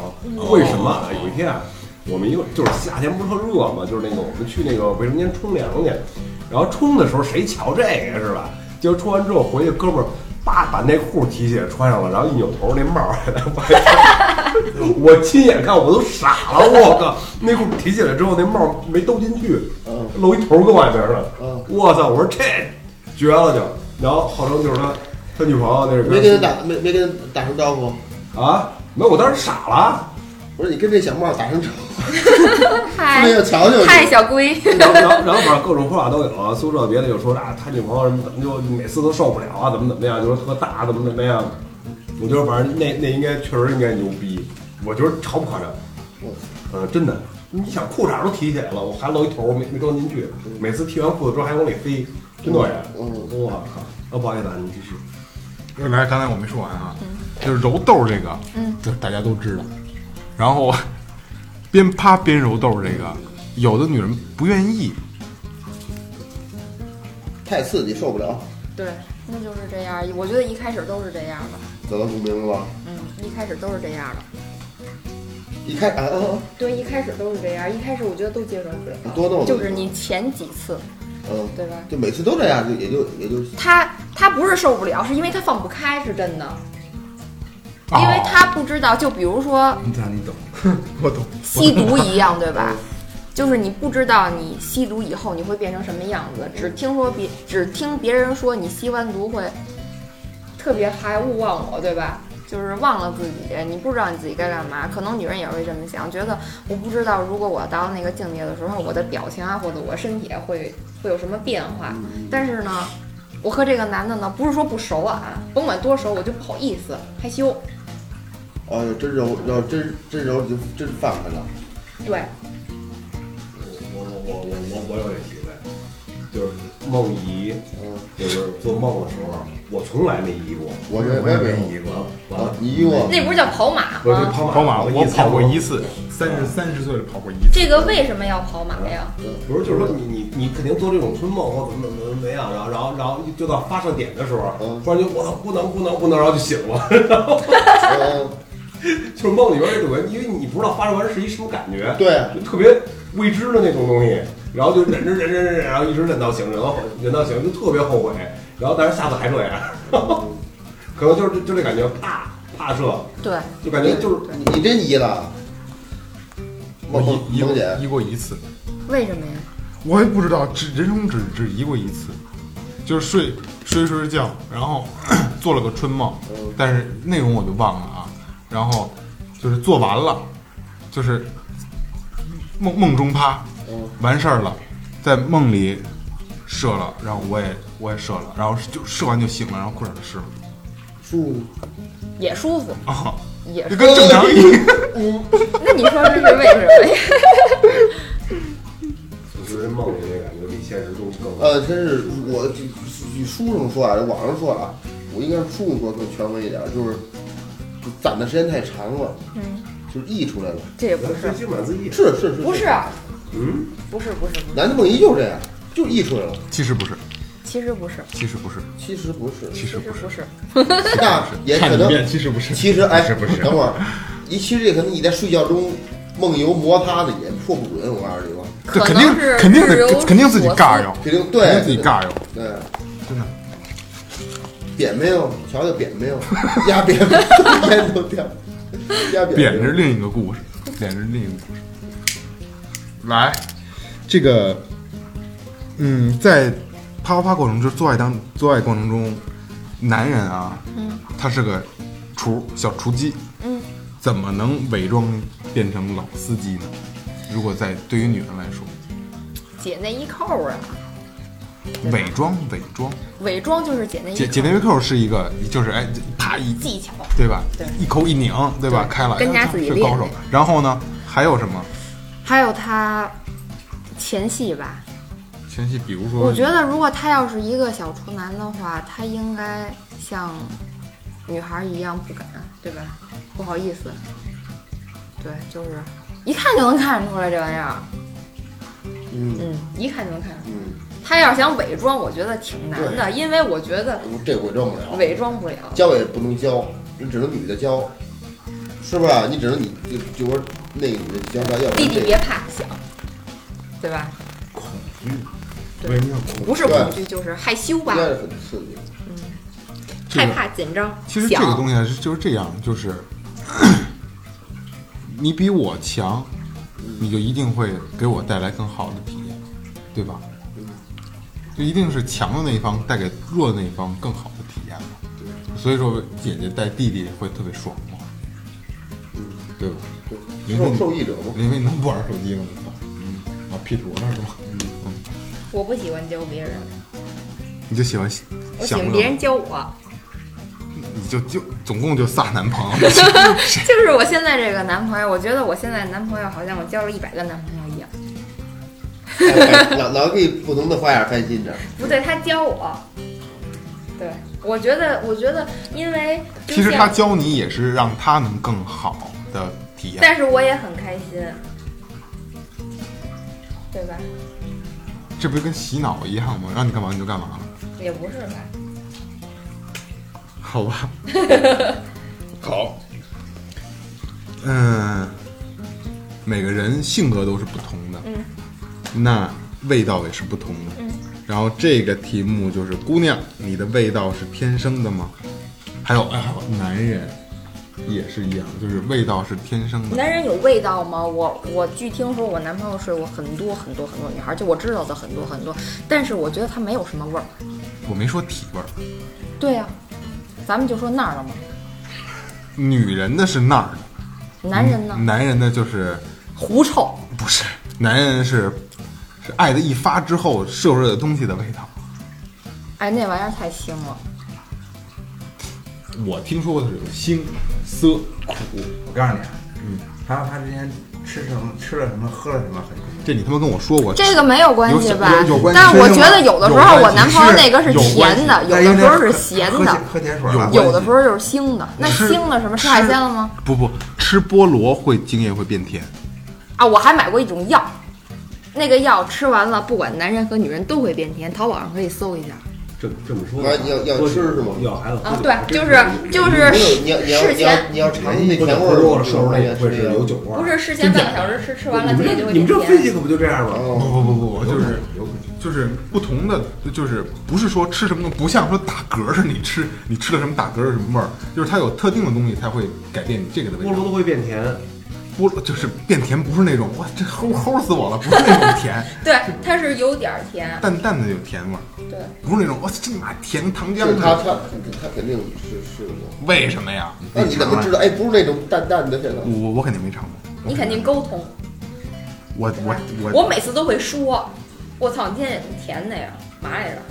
Speaker 3: 为什么啊？有一天啊，我们一个就是夏天不是特热嘛，就是那个我们去那个卫生间冲凉去，然后冲的时候谁瞧这个是吧？结果冲完之后回去，哥们儿叭把内裤提起来穿上了，然后一扭头那帽儿还在外头。 我亲眼看我都傻了，我靠！内裤提起来之后那帽儿没兜进去，露一头搁外边儿了
Speaker 4: 嗯。
Speaker 3: 我操！我说这绝了就。然后号称就是他他女朋友那是
Speaker 4: 没跟人打，没没跟人打声招呼，
Speaker 3: 啊，没有，我当时傻 了。
Speaker 4: 我说你跟这小帽打声招呼，
Speaker 5: 嗨
Speaker 4: 哎呀瞧瞧你
Speaker 5: 嗨，小龟，
Speaker 3: 然后然后然后反正各种说法都有啊，宿舍别的就说啊，他女朋友什么怎么就每次都受不了啊，怎么怎么样，就说特大怎么怎么样。我觉得反正那那应该确实应该牛逼，我觉得超不夸张。嗯，真的，你想裤衩都提起来了，我还露一头没没装进去，每次剃完裤子之后还往里飞，真的呀！
Speaker 4: 嗯
Speaker 3: 我靠！啊，不好意思啊，你继续。
Speaker 1: 来，刚才我没说完啊，
Speaker 5: 嗯
Speaker 1: 就是揉豆儿这个，嗯，就是大家都知道。然后边啪边揉豆儿这个，有的女人不愿意，
Speaker 4: 太刺激受不了，
Speaker 5: 对，那就是这样。我觉得一开始都是这样的，
Speaker 4: 怎么不明白吧？
Speaker 5: 嗯，一开始都是这样的。
Speaker 4: 一开啊啊啊，
Speaker 5: 对，一开始都是这样，一开始我觉得都接受不了，
Speaker 4: 多弄
Speaker 5: 就是你前几次，
Speaker 4: 嗯，
Speaker 5: 对吧？
Speaker 4: 就每次都这样，就也就也就
Speaker 5: 他他不是受不了，是因为他放不开，是真的，
Speaker 1: 哦
Speaker 5: 因为他不知道，就比如说
Speaker 2: 你咋你懂？
Speaker 1: 我懂。
Speaker 5: 吸毒一样，对吧？就是你不知道你吸毒以后你会变成什么样子，只听说别只听别人说你吸完毒会特别嗨，勿忘我，对吧？就是忘了自己，你不知道你自己该干嘛。可能女人也会这么想，觉得我不知道，如果我到那个境界的时候，我的表情啊，或者我身体会会有什么变化。但是呢，我和这个男的呢，不是说不熟啊，甭管多熟，我就不好意思，害羞。
Speaker 4: 哦，要真揉要真真揉就真放开了，
Speaker 5: 对，
Speaker 3: 我我我我我我有点体会，就是梦遗，
Speaker 4: 嗯，
Speaker 3: 就是做梦的时候，我从来没遗过，
Speaker 4: 我这我也没
Speaker 3: 遗过。完
Speaker 4: 啊
Speaker 3: 了，，
Speaker 4: 你我
Speaker 5: 那不是叫跑马
Speaker 3: 我就
Speaker 5: 吗？
Speaker 3: 跑
Speaker 1: 跑马，我跑过一
Speaker 3: 次。
Speaker 1: 次，三十三十岁了跑过一次。
Speaker 5: 这个为什么要跑马呀？
Speaker 3: 不是，就是说你你你肯定做这种春梦或怎么怎么怎么样，然后然后然后就到发射点的时候，
Speaker 4: 嗯
Speaker 3: 突然就我操不能不能不能，然后就醒了。
Speaker 4: 嗯，
Speaker 3: 就是梦里边这种人，因为你不知道发射完是一什么感觉，
Speaker 4: 对
Speaker 3: 就特别未知的那种东西，然后就忍着忍着忍着，然后一直忍到醒，忍到忍到醒，就特别后悔，然后但是下次还这样， 可能就是就这感觉，啪啪射，
Speaker 5: 对，
Speaker 3: 就感觉就是
Speaker 4: 嗯你你真移了，
Speaker 1: 我
Speaker 4: 梦
Speaker 1: 移移
Speaker 4: 梦
Speaker 1: 过
Speaker 4: 姐，
Speaker 1: 移过一次，
Speaker 5: 为什么呀？
Speaker 1: 我也不知道，只人生只只移过一次，就是睡睡睡着觉，然后 做了个春梦，
Speaker 4: 嗯
Speaker 1: 但是内容我就忘了啊。然后就是做完了，就是梦梦中啪，
Speaker 4: 嗯
Speaker 1: 完事儿了，在梦里射了，然后我也我也射了，然后就射完就醒了，然后裤衩就湿了
Speaker 4: 舒服，
Speaker 5: 也舒服，
Speaker 4: 哦
Speaker 1: 啊，
Speaker 5: 也
Speaker 1: 就
Speaker 5: 舒服。
Speaker 1: 跟正常
Speaker 4: 哎
Speaker 1: 一样。
Speaker 5: 那你说这是为什么 呀？
Speaker 3: 就是梦里那感觉比现实中更
Speaker 4: 呃，真是我据书上说啊，网上说啊，我应该是书上说更权威一点，就是就攒的时间太长了，
Speaker 5: 嗯，
Speaker 4: 就是溢出来了，
Speaker 5: 这也不
Speaker 3: 咱最
Speaker 5: 是，
Speaker 3: 起码自己
Speaker 4: 呃是是是，
Speaker 5: 不是，啊
Speaker 3: 嗯，
Speaker 5: 不是，不是，不是，
Speaker 4: 男的梦遗就是这样，就是溢出来了，
Speaker 1: 其实不是，
Speaker 5: 其实不是，
Speaker 1: 其实不是，
Speaker 4: 其实不是，
Speaker 1: 其实
Speaker 5: 其实
Speaker 1: 不是
Speaker 5: 不。是，
Speaker 4: 那也
Speaker 6: 看
Speaker 4: 可
Speaker 6: 一
Speaker 4: 能
Speaker 6: 遍，其实不是，
Speaker 4: 其实哎，
Speaker 1: 不是不是
Speaker 4: 等会儿，你其实也可能你在睡觉中梦游摩擦的也说不准，我告诉你吧，
Speaker 1: 这肯
Speaker 5: 可能是
Speaker 1: 定肯定
Speaker 5: 日游
Speaker 1: 得肯定自己
Speaker 5: 所思
Speaker 1: 尬哟，
Speaker 4: 肯定
Speaker 1: 肯
Speaker 4: 对
Speaker 1: 定自己尬哟，
Speaker 4: 对，
Speaker 1: 真的。
Speaker 4: 扁没有？瞧瞧扁没有？压 扁，烟都掉，压扁，
Speaker 1: 贬是另一个故事，贬是另一个故事。来，这个，嗯，在啪啪啪过程中，就是做爱当做爱过程中，男人啊，他是个厨小厨机，
Speaker 5: 嗯，
Speaker 1: 怎么能伪装变成老司机呢？如果在对于女人来说，
Speaker 5: 解内衣扣啊，对吧
Speaker 1: 伪装伪装，
Speaker 5: 伪装就是解内衣
Speaker 1: 解
Speaker 5: 扣
Speaker 1: 解内围扣是一个，就是哎，啪一
Speaker 5: 技巧，
Speaker 1: 对吧？
Speaker 5: 对
Speaker 1: 一口一拧，对吧？
Speaker 5: 对
Speaker 1: 开了，
Speaker 5: 跟
Speaker 1: 哎
Speaker 5: 家
Speaker 1: 他
Speaker 5: 自己
Speaker 1: 是
Speaker 5: 练
Speaker 1: 高手。然后呢，还有什么
Speaker 5: 还有他前戏吧。
Speaker 1: 前戏？比如说，
Speaker 5: 我觉得如果他要是一个小处男的话，他应该像女孩一样不敢，对吧？不好意思，对，就是一看就能看出来这玩意儿，
Speaker 4: 嗯
Speaker 5: 嗯，一看就能看出来。
Speaker 4: 嗯，
Speaker 5: 他要是想伪装，我觉得挺难的，因为我觉得
Speaker 4: 这回挣不了，
Speaker 5: 伪装不了。
Speaker 4: 教也不能教，你只能女的教，是吧？你只能你就就说那个女的教她，要不
Speaker 5: 弟
Speaker 4: 然
Speaker 5: 弟
Speaker 4: 这
Speaker 5: 别怕，想，对吧？
Speaker 1: 为什么要恐
Speaker 5: 不是恐惧就是害羞吧
Speaker 4: 应，该是很刺激。
Speaker 1: 这
Speaker 5: 害
Speaker 1: 个
Speaker 5: 怕、紧张、
Speaker 1: 其实这个
Speaker 5: 想。
Speaker 1: 东西啊是就是这样，就是 你比我强，你就一定会给我带来更好的体验，对吧？就一定是强的那一方带给弱的那一方更好的体验嘛。所以说，姐姐带弟弟会特别爽嘛。对吧？
Speaker 4: 受受益者嘛。
Speaker 1: 林飞，你能不玩手机吗？我操！啊，P 图那是吗？
Speaker 5: 我不喜欢教别人，
Speaker 1: 你就喜欢
Speaker 5: 我喜
Speaker 1: 想
Speaker 5: 欢
Speaker 1: 不
Speaker 5: 别
Speaker 1: 到
Speaker 5: 人教我。
Speaker 1: 你就就总共就仨男朋友，
Speaker 5: 就是我现在这个男朋友，我觉得我现在男朋友好像我交了一百个男朋友一样。
Speaker 4: 哎老老给不同的花样翻新着，
Speaker 5: 不对，他教我。对，我觉得，我觉得，因为就
Speaker 1: 其实他
Speaker 5: 像
Speaker 1: 教你也是让他能更好的体验。
Speaker 5: 但是我也很开心，对吧？
Speaker 1: 这不是跟洗脑一样吗？让你干嘛你就干嘛了，
Speaker 5: 也不是吧？
Speaker 1: 好吧？ 好，嗯、每个人性格都是不同的，
Speaker 5: 嗯
Speaker 1: 那味道也是不同的。
Speaker 5: 嗯
Speaker 1: 然后这个题目就是姑娘，你的味道是天生的吗？还有，哎，还有男人也是一样，就是味道是天生的。
Speaker 5: 男人有味道吗？我我据听说，我男朋友睡过很多很多很多女孩，就我知道的很多很多，但是我觉得他没有什么味儿。
Speaker 1: 我没说体味儿，
Speaker 5: 对呀、咱们就说那儿了嘛。
Speaker 1: 女人的是那儿的，
Speaker 5: 男人呢？
Speaker 1: 男人的就是
Speaker 5: 狐臭。
Speaker 1: 不是，男人是是爱的一发之后射出来的东西的味道。
Speaker 5: 哎，那玩意儿太腥了。
Speaker 1: 我听说过的是有腥、涩、苦，
Speaker 2: 我告诉你啊，嗯，还有他之前吃什么吃了什么喝了什么很重要。
Speaker 1: 这你他妈跟我说过。
Speaker 5: 这个没有关系吧？
Speaker 1: 有有有关系
Speaker 5: 但是我觉得有的时候我男朋友那个是
Speaker 1: 有关系
Speaker 5: 甜的，有
Speaker 2: 那
Speaker 5: 的
Speaker 2: 应该
Speaker 5: 时候是咸
Speaker 2: 喝
Speaker 5: 的
Speaker 2: 甜，喝甜水啊
Speaker 1: 有
Speaker 2: 吧
Speaker 1: 关
Speaker 5: 有的时候就是腥的。那
Speaker 1: 吃
Speaker 5: 腥的什么吃海鲜了吗？
Speaker 1: 不不，吃菠萝会精液会变甜，
Speaker 5: 啊，我还买过一种药，那个药吃完了，不管男人和女人都会变甜，淘宝上可以搜一下。
Speaker 3: 这这么说，
Speaker 4: 啊你要要
Speaker 3: 喝
Speaker 4: 吃是吗
Speaker 3: 要孩子喝
Speaker 5: 啊
Speaker 3: 酒，
Speaker 5: 对
Speaker 3: 还，
Speaker 5: 就
Speaker 3: 真
Speaker 5: 是就
Speaker 4: 没
Speaker 5: 是
Speaker 4: 有你要你要
Speaker 5: 事
Speaker 4: 你
Speaker 5: 前
Speaker 4: 要你要尝那哎甜味
Speaker 3: 喝多
Speaker 4: 儿
Speaker 3: 了时候
Speaker 4: 那
Speaker 3: 那也
Speaker 4: 个
Speaker 3: 会
Speaker 4: 是
Speaker 3: 是
Speaker 4: 那
Speaker 3: 有
Speaker 4: 个。
Speaker 3: 酒味儿。
Speaker 5: 不是事前半个小时吃，吃完了
Speaker 3: 你
Speaker 5: 自己
Speaker 3: 们这
Speaker 5: 就会
Speaker 3: 你们这
Speaker 5: 变
Speaker 3: 分
Speaker 5: 甜。
Speaker 3: 析可不就这样吗？
Speaker 1: 不
Speaker 4: 哦，
Speaker 1: 不不不，就是
Speaker 3: 有可能
Speaker 1: 就是不同的，就是不是说吃什么东西，不像说打嗝似的，你吃你吃了什么打嗝是什么味儿，就是它有特定的东西才会改变你这个的味
Speaker 3: 菠
Speaker 1: 道。
Speaker 3: 萝都会变甜，
Speaker 1: 菠萝就是变甜，不是那种哇这齁齁死我了，不是那种甜，
Speaker 5: 对，它是有点儿甜，
Speaker 1: 淡淡的有甜味儿，
Speaker 5: 对，
Speaker 1: 不是那种哇这妈甜糖浆
Speaker 4: 就是
Speaker 1: 似
Speaker 4: 他
Speaker 1: 的。
Speaker 4: 他他肯定是是过。
Speaker 1: 为什么呀？
Speaker 4: 那你怎么知道？哎，不是那种淡淡的，现在
Speaker 1: 我我我肯定没尝过，
Speaker 5: 你肯定沟通。
Speaker 1: 我
Speaker 5: 对
Speaker 1: 我
Speaker 5: 吧
Speaker 1: 我
Speaker 5: 我每次都会说，我操，你今天甜的呀，麻来着，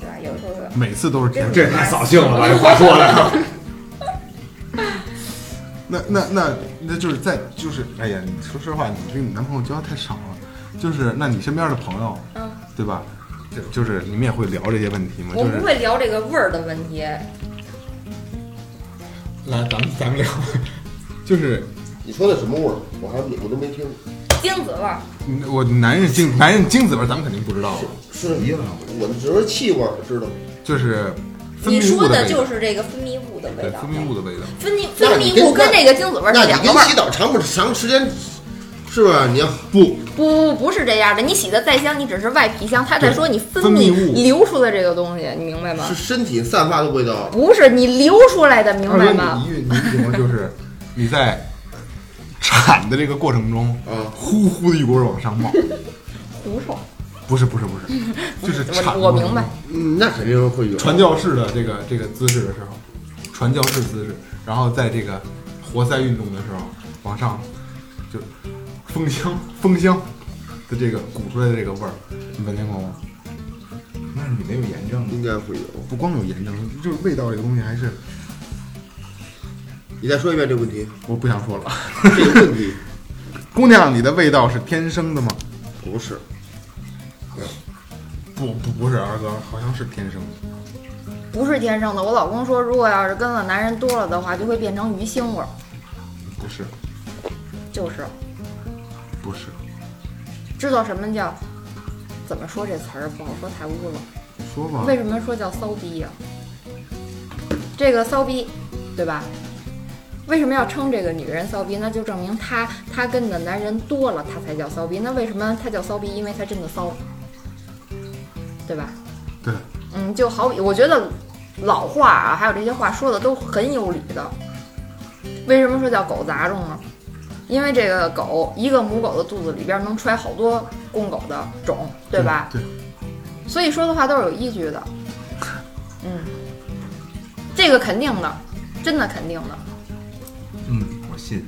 Speaker 5: 对吧？有时候会
Speaker 1: 每次都是甜。
Speaker 3: 这也太扫兴了吧！这话说的，
Speaker 1: 那那那那就是在就是哎呀，你说实话，你对你男朋友交的太少了。就是那你身边的朋友，
Speaker 5: 嗯，
Speaker 1: 对吧？就就是你们也会聊这些问题吗？
Speaker 5: 我
Speaker 1: 啊就
Speaker 5: 不
Speaker 1: 是
Speaker 5: 会聊这个味儿的问题。
Speaker 6: 来，咱们咱们 聊，
Speaker 1: 就是
Speaker 4: 你说的什么味儿？我还没我都没听。
Speaker 5: 精子味儿，
Speaker 1: 嗯我男人精男人精子味儿，咱们肯定不知道了。
Speaker 4: 是
Speaker 2: 一样，
Speaker 4: 我只是气味儿，知道吗？
Speaker 1: 就是分
Speaker 5: 你
Speaker 1: 泌物
Speaker 5: 说
Speaker 1: 的
Speaker 5: 的
Speaker 1: 味
Speaker 5: 就
Speaker 1: 道，
Speaker 5: 是这个分泌物的味
Speaker 1: 对
Speaker 5: 道
Speaker 1: 分。泌物的味道。
Speaker 5: 分泌分
Speaker 4: 那你
Speaker 5: 泌物
Speaker 4: 跟
Speaker 5: 跟这个精子味儿
Speaker 4: 那
Speaker 5: 是
Speaker 4: 你
Speaker 5: 两个
Speaker 4: 跟
Speaker 5: 味儿
Speaker 4: 洗。澡长不长时间，是不是？你要不
Speaker 5: 不不不，不是这样的。你洗的再香，你只是外皮香，他在
Speaker 1: 对
Speaker 5: 说你分
Speaker 1: 分泌物
Speaker 5: 流出的这个东西，你明白吗
Speaker 4: 是？身体散发的味道，
Speaker 5: 不是你流出来的，明
Speaker 1: 二
Speaker 5: 白
Speaker 1: 哥，
Speaker 5: 吗？
Speaker 1: 你你你怎么就是你在产的这个过程中，
Speaker 4: 嗯
Speaker 1: 呼呼的一股水往上冒？
Speaker 5: 狐臭，
Speaker 1: 不是不是不 是，就是
Speaker 5: 我
Speaker 1: 产的
Speaker 5: 我
Speaker 1: 过程
Speaker 5: 明白
Speaker 1: 中
Speaker 4: 嗯，那肯定会有。
Speaker 1: 传教士的这个这个姿势的时候，传教士姿势，然后在这个活塞运动的时候往上，就风箱风箱的这个鼓出来的这个味儿，你闻见过吗？
Speaker 2: 那你没有炎症吗？
Speaker 4: 应该会有。
Speaker 1: 不光有炎症，就是味道这个东西还是
Speaker 4: 你再说一遍这个问题，
Speaker 1: 我不想说了。
Speaker 4: 这个问题
Speaker 1: 姑娘，你的味道是天生的吗？
Speaker 4: 不是，
Speaker 1: 不不不是，二哥，好像是天生的。
Speaker 5: 不是天生的。我老公说，如果要是跟了男人多了的话，就会变成鱼腥味儿，
Speaker 1: 不是
Speaker 5: 就是。
Speaker 1: 不是，
Speaker 5: 知道什么叫怎么说这词儿不好说，太污了。
Speaker 1: 说吧
Speaker 5: 为，什么说叫骚逼呀、这个骚逼，对吧？为什么要称这个女人骚逼？那就证明她她跟的男人多了，她才叫骚逼。那为什么她叫骚逼？因为她真的骚，对吧？
Speaker 1: 对，
Speaker 5: 嗯，就好比我觉得老话啊，还有这些话说的都很有理的。为什么说叫狗杂种呢？因为这个狗，一个母狗的肚子里边能揣好多公狗的种，对吧？
Speaker 1: 对，
Speaker 5: 所以说的话都是有依据的。嗯，这个肯定的，真的肯定的。
Speaker 2: 嗯，我信。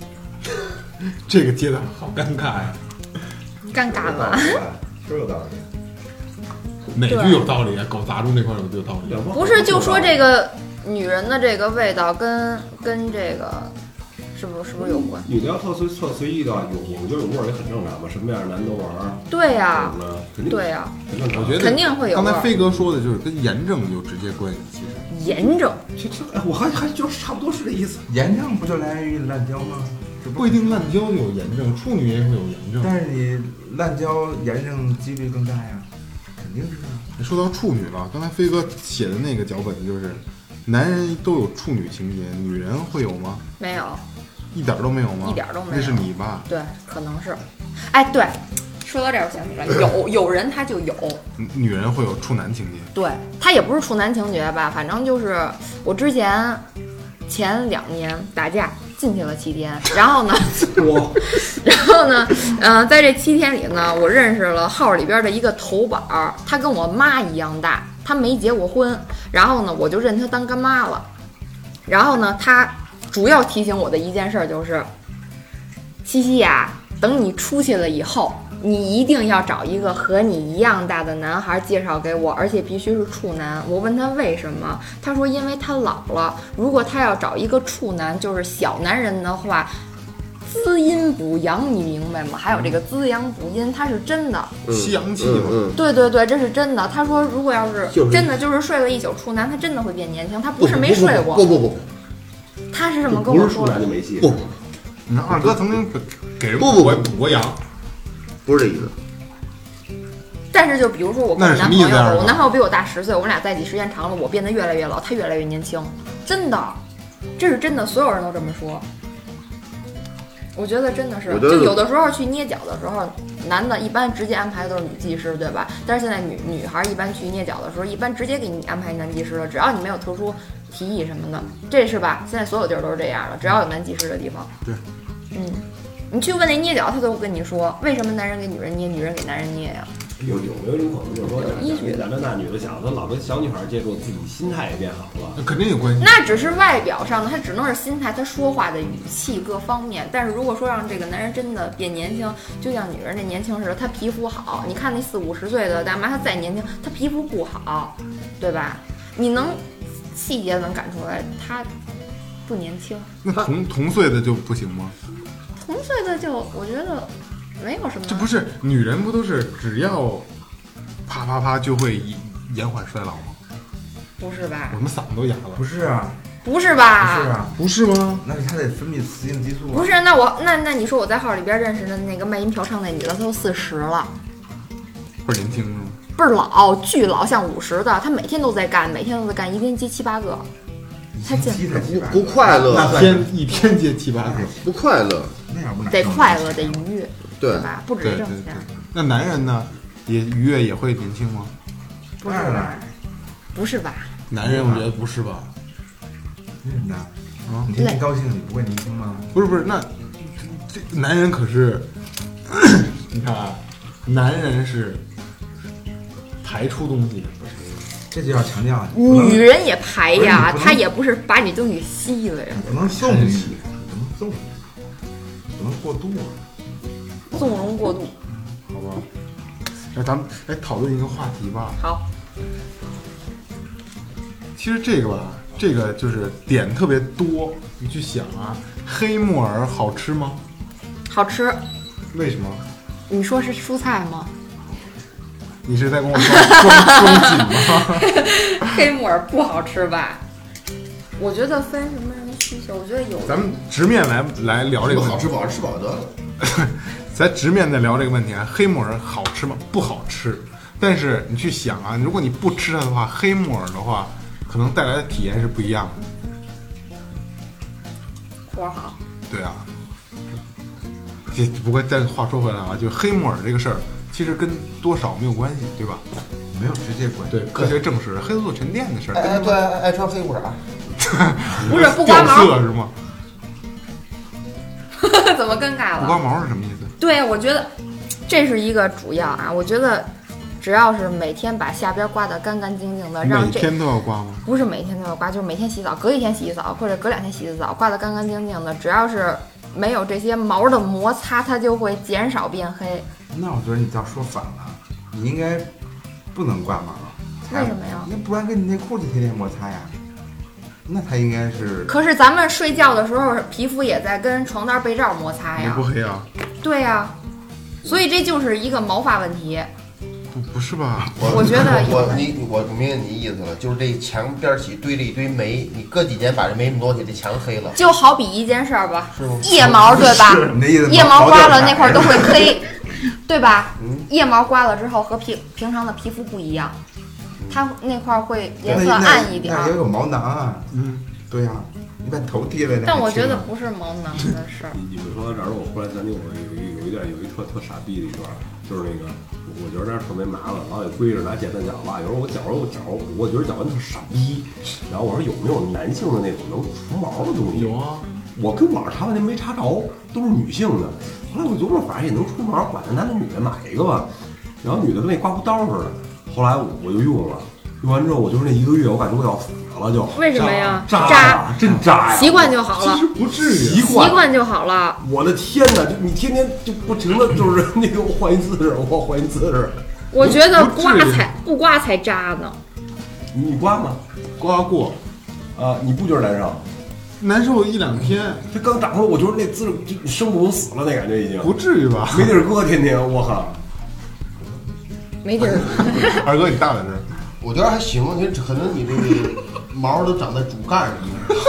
Speaker 1: 这个阶段好尴尬呀、
Speaker 5: 尴尬
Speaker 2: 道
Speaker 5: 嘛。
Speaker 2: 理吧？是有道理。
Speaker 6: 哪句
Speaker 5: 对
Speaker 6: 有道理啊？狗杂种这块有有
Speaker 1: 啊
Speaker 6: 道理。
Speaker 3: 两方
Speaker 5: 不是，就说这个女人的这个味道跟跟这个是不是是不是有关？
Speaker 3: 女的要特随特随意的，有我觉得有味儿也很正常吧，什么样的男的都玩儿，
Speaker 5: 对呀、
Speaker 3: 懂吗肯定
Speaker 5: 对呀、
Speaker 3: 很正常。
Speaker 1: 我觉得
Speaker 5: 肯定会有
Speaker 1: 刚
Speaker 5: 味
Speaker 1: 才
Speaker 5: 儿
Speaker 1: 飞哥说的就是跟炎症有直接关系，其实
Speaker 5: 炎症。
Speaker 3: 这这，哎我还还就是差不多是这意思。
Speaker 2: 炎症不就来源于你滥交吗？这
Speaker 1: 不一定滥交就有炎症，处女也会有炎
Speaker 6: 嗯
Speaker 1: 症。
Speaker 2: 但是你滥交炎症几率更大呀，肯定是啊。
Speaker 1: 你说到处女了，刚才飞哥写的那个脚本就是，男人都有处女情节，女人会有吗？
Speaker 5: 没有，
Speaker 1: 一点儿都没有吗？
Speaker 5: 一点儿都没有
Speaker 1: 那是你吧？
Speaker 5: 对，可能是。哎，对，说到这儿我想起来， 有有人他就有，
Speaker 1: 女女人会有处男情节，
Speaker 5: 对他也不是处男情节吧，反正就是我之前前两年打架进去了七天，然后 呢，然后呢，嗯、在这七天里呢，我认识了号里边的一个头板儿，他跟我妈一样大，他没结过婚，然后呢，我就认他当干妈了。然后呢，他主要提醒我的一件事儿就是，西西呀、等你出去了以后，你一定要找一个和你一样大的男孩介绍给我，而且必须是处男。我问他为什么，他说因为他老了，如果他要找一个处男，就是小男人的话。滋阴补阳，你明白吗？还有这个滋阳补阴，它是真的。
Speaker 1: 吸阳气
Speaker 4: 嗯
Speaker 1: 嘛。
Speaker 4: 嗯，
Speaker 5: 对对对，这是真的。他说，如果要是
Speaker 4: 就是
Speaker 5: 真的就是睡了一宿处男，他真的会变年轻。他不是没睡过，
Speaker 4: 不不不
Speaker 5: 他是这么跟
Speaker 3: 不
Speaker 5: 我
Speaker 3: 是处
Speaker 5: 说
Speaker 3: 男
Speaker 5: 的
Speaker 3: 就。没戏。
Speaker 4: 不不
Speaker 1: 你看二哥曾经给人
Speaker 4: 不不不
Speaker 1: 补过补过羊，
Speaker 4: 不是这意思，
Speaker 5: 但是就比如说我跟
Speaker 1: 那
Speaker 5: 我
Speaker 1: 是
Speaker 5: 男
Speaker 1: 什么
Speaker 5: 朋
Speaker 1: 意
Speaker 5: 友
Speaker 1: 思啊
Speaker 5: 吧，我男朋友比我大十岁，我们俩在一起时间长了，我变得越来越老，他越来越年轻，真的，这是真的，所有人都这么说。我觉得真的是
Speaker 4: 我，觉得
Speaker 5: 就有的时候去捏脚的时候，男的一般直接安排的都是女技师，对吧？但是现在女女孩一般去捏脚的时候，一般直接给你安排男技师了，只要你没有特殊提议什么的，这是吧？现在所有地儿都是这样的，只要有男技师的地方，
Speaker 1: 对，
Speaker 5: 嗯，你去问那捏脚，他都跟你说为什么男人给女人捏，女人给男人捏呀、
Speaker 3: 有有没有一种可能就是说，
Speaker 5: 有医学的
Speaker 3: 男的大女的小，他老跟小女孩接触，自己心态也变好了。。
Speaker 1: 那肯定有关系。
Speaker 5: 那只是外表上的，他只能是心态，他说话的语气各方面。但是如果说让这个男人真的变年轻，就像女人那年轻似的，她皮肤好，你看那四五十岁的大妈，她再年轻，她皮肤不好，对吧？你能细节能感出来，她不年轻。
Speaker 1: 那同同岁的就不行吗？
Speaker 5: 同岁的就我觉得没有什么，
Speaker 1: 这不是女人不都是只要啪啪啪就会延延缓衰老吗？
Speaker 5: 不是吧
Speaker 1: 我？们嗓子都哑了
Speaker 2: 不，是啊，
Speaker 5: 不是
Speaker 2: 不
Speaker 5: 吧？
Speaker 2: 是啊，
Speaker 1: 不是吗？
Speaker 2: 那他得分泌雌性激素
Speaker 5: 不
Speaker 2: 啊。
Speaker 5: 是，那我那那你说我在号里边认识的那个卖淫嫖娼那女的，她都四十了。
Speaker 1: 倍儿年轻是吗？
Speaker 5: 倍儿老，巨老，像五十的，他每天都在干，每天都在干，一天接七八个。他
Speaker 2: 一
Speaker 5: 见
Speaker 2: 期才七百
Speaker 4: 不
Speaker 2: 个，
Speaker 4: 快乐，
Speaker 1: 那天一天接七八个，
Speaker 4: 不快乐，
Speaker 2: 那要不哪
Speaker 5: 得
Speaker 2: 挣
Speaker 5: 快
Speaker 2: 钱
Speaker 5: 乐，得愉悦，
Speaker 4: 对
Speaker 5: 对，吧？不止
Speaker 1: 对对
Speaker 5: 挣
Speaker 1: 对
Speaker 5: 钱，。
Speaker 1: 那男人呢，也愉悦也会年轻吗？
Speaker 5: 不是
Speaker 2: 当然
Speaker 5: 吧
Speaker 2: 了？
Speaker 5: 不是吧？
Speaker 1: 男人我觉得不是吧？
Speaker 2: 为什么呢？
Speaker 1: 啊
Speaker 2: 你天天高兴，你不会年轻吗？
Speaker 1: 不是不是，那这这男人可是， 你看啊，男人是排出东西的，
Speaker 2: 这就要强调，啊不能
Speaker 5: 女人也排呀，
Speaker 2: 不是你不能
Speaker 5: 她也不是把你都给吸了呀，
Speaker 2: 不能纵欲，不能纵欲，不能过度啊。
Speaker 5: 纵容过度。
Speaker 1: 好吧？那咱们来讨论一个话题吧。
Speaker 5: 好，
Speaker 1: 其实这个吧，这个就是点特别多。你去想啊，黑木耳好吃吗？
Speaker 5: 好吃。
Speaker 1: 为什么？
Speaker 5: 你说是蔬菜吗？
Speaker 1: 你是在跟我装装装紧吗？
Speaker 5: 黑木耳不好吃吧？我觉得分什么人需求，我觉得有
Speaker 1: 咱们直面来来聊这
Speaker 4: 这
Speaker 1: 个
Speaker 4: 个
Speaker 1: 问
Speaker 4: 好
Speaker 1: 题
Speaker 4: 吃。不好吃饱得了，
Speaker 1: 咱直面的聊这个问题啊，黑木耳好吃吗？不好吃。但是你去想啊，如果你不吃它的话，黑木耳的话，可能带来的体验是不一样的。
Speaker 5: 活儿好。
Speaker 1: 对啊，这不过但话说回来啊，就是黑木耳这个事儿，其实跟多少没有关系，对吧？
Speaker 2: 没有直接关系。
Speaker 1: 对，科学证实黑素沉淀的事儿，跟
Speaker 4: 对，爱穿黑裤 衩，
Speaker 5: 不是不刮
Speaker 1: 掉
Speaker 5: 毛，
Speaker 1: 色是吗？
Speaker 5: 怎么尴尬
Speaker 1: 不
Speaker 5: 了
Speaker 1: 刮？毛是什么意思？
Speaker 5: 对，我觉得这是一个主要啊。我觉得只要是每天把下边刮得干干净净的，啊让
Speaker 1: 每
Speaker 5: 这
Speaker 1: 天都要刮吗？
Speaker 5: 不是每天都要刮，就是每天洗澡，隔一天洗一澡，或者隔两天洗一次澡，刮得干干净净的。只要是没有这些毛的摩擦，它就会减少变黑。
Speaker 2: 那我觉得你倒说反了，你应该不能挂毛。
Speaker 5: 为什么呀
Speaker 2: 那不然跟你内裤就天天摩擦呀。那它应该是
Speaker 5: 可是咱们睡觉的时候，皮肤也在跟床单、被罩摩擦
Speaker 1: 你
Speaker 5: 哎呀
Speaker 1: 不。黑啊？
Speaker 5: 对呀、所以这就是一个毛发问题。
Speaker 1: 不不是吧？
Speaker 5: 我觉得
Speaker 4: 我你我明白你意思了，就是这墙边儿起堆了一堆煤，你搁几年把这煤挪起来，这墙黑了。
Speaker 5: 就好比一件事儿吧，腋毛对吧？
Speaker 2: 你的意 思
Speaker 5: 腋毛
Speaker 2: 毛
Speaker 5: 刮
Speaker 2: 掉
Speaker 5: 了
Speaker 2: 色
Speaker 5: 那块儿都会黑，对吧？腋毛刮了之后和平平常的皮肤不一样，它那块儿会颜色
Speaker 2: 那那
Speaker 5: 暗一点儿
Speaker 2: 那。也有毛囊啊。
Speaker 1: 嗯，
Speaker 2: 对呀、你把头剃了那还啊
Speaker 5: 但我觉
Speaker 2: 行
Speaker 5: 得
Speaker 2: 吗
Speaker 5: 不是毛囊的事儿
Speaker 3: 你你们说到这儿，我忽然想起我有一有一段有一特特傻逼的一段，就是那个我我觉得那儿特别麻烦，老得归着拿剪子绞吧。有时候我绞着我绞着，我觉得绞完特傻逼。然后我说有没有男性的那种能除毛的东西？
Speaker 6: 有啊，
Speaker 3: 我跟网上查半天没查着，都是女性的。后来我琢磨，反正也能出毛，管他男的女的买一个吧。然后女的跟那刮胡刀似的。后来我就用了，用完之后我就是那一个月，我感觉我要死了就。
Speaker 5: 为什 么呀
Speaker 3: 扎
Speaker 5: 扎
Speaker 3: 呀，真扎呀！
Speaker 5: 习惯就好了
Speaker 3: 其实不至于，啊习
Speaker 5: 习惯就好了。
Speaker 3: 我的天哪！就你天天就不停的就是那个我换一姿势，我换一姿势。
Speaker 5: 我觉得
Speaker 3: 不至
Speaker 5: 刮
Speaker 3: 于
Speaker 5: 才不刮才扎呢。
Speaker 3: 你刮吗？
Speaker 6: 刮过，
Speaker 3: 啊，你不觉得难受？
Speaker 1: 难受一两天，
Speaker 3: 这刚长出来，我觉得那姿势就生不如死了，那感觉已经
Speaker 1: 不至于吧？
Speaker 3: 没地儿搁，天天我靠。
Speaker 5: 没劲儿，
Speaker 1: 二哥，你大点 声。
Speaker 4: 我觉得还行，你可能你 这个毛都长在主干上面，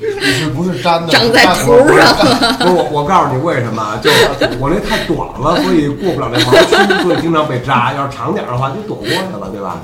Speaker 4: 你是不是粘的？
Speaker 5: 长在
Speaker 4: 干
Speaker 5: 头上
Speaker 4: 活干
Speaker 3: 不是我，我告诉你为什么，就是我那太短了，所以过不了那盲区，所以经常被扎。要是长点儿的话，就躲窝去了，对吧？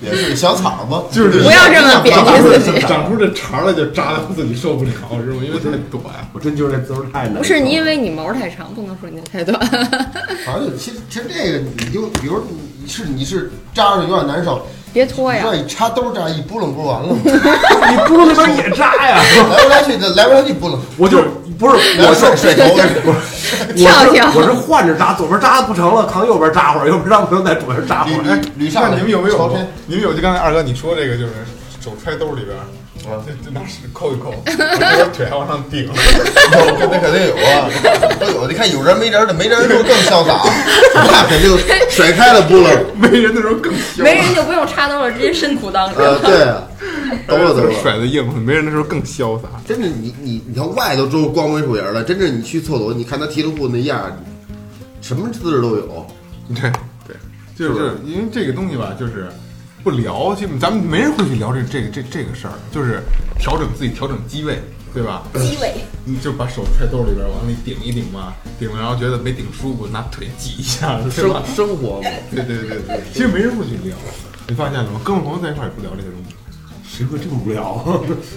Speaker 4: 也是个小草子，
Speaker 1: 就是
Speaker 5: 不要这么贬低自己。
Speaker 1: 长出这茬儿来就扎到自己受不了是吗？因为太短。
Speaker 3: 我真觉得这姿势太难。
Speaker 5: 不是你因。为你毛太长，不能说你太短。
Speaker 4: 反正其实其实这个你就比如你是你是扎着有点难受，
Speaker 5: 别拖
Speaker 4: 你
Speaker 5: 呀
Speaker 4: 让，你插兜扎一拨楞不完了，
Speaker 3: 你不如那边也扎呀！
Speaker 4: 来回来去的来回来去拨楞，
Speaker 3: 我就不是
Speaker 4: 来
Speaker 3: 我
Speaker 4: 回
Speaker 3: 说
Speaker 4: 甩甩头。
Speaker 3: 不是，
Speaker 5: 跳跳
Speaker 3: 我是我是换着扎，左边扎不成了，扛右边扎会儿，右边扎不成，再左边扎会
Speaker 4: 捋
Speaker 3: 儿。
Speaker 4: 捋捋
Speaker 1: 那
Speaker 4: 上来，
Speaker 1: 你们有没有
Speaker 4: 朝天？？
Speaker 1: 你们有就刚才二哥你说这个，就是手揣兜里边儿，就就拿屎抠 一抠，然后腿还往上顶。
Speaker 4: 有， 那肯定有啊，都有。你看有人没人的，没人就更潇洒，啊那肯定甩开了拨楞。
Speaker 1: 没人的时候更香，
Speaker 5: 没人就不用插兜了，直接伸裤裆
Speaker 4: 呃，
Speaker 5: 里。
Speaker 4: 对啊，抖了抖了。
Speaker 1: 甩的硬，没人的时候更潇洒。
Speaker 4: 真是你你你看外头都光门鼠人了，真正你去厕所，你看他提着裤子那样儿，什么姿势都有。
Speaker 1: 对对，就是因为这个东西吧，就是不聊，基本咱们没人会去聊这这个这这个事儿，就是调整自己，调整机位，对吧？
Speaker 5: 机尾。
Speaker 1: 你就把手揣兜里边儿往里顶一顶嘛，顶了然后觉得没顶舒服，拿腿挤一下，是吧？
Speaker 4: 生活嘛，
Speaker 1: 对对对 对，其实没人会去聊，你发现了吗？哥们儿朋友在一块儿也不聊这些东西，
Speaker 3: 谁会这么无聊？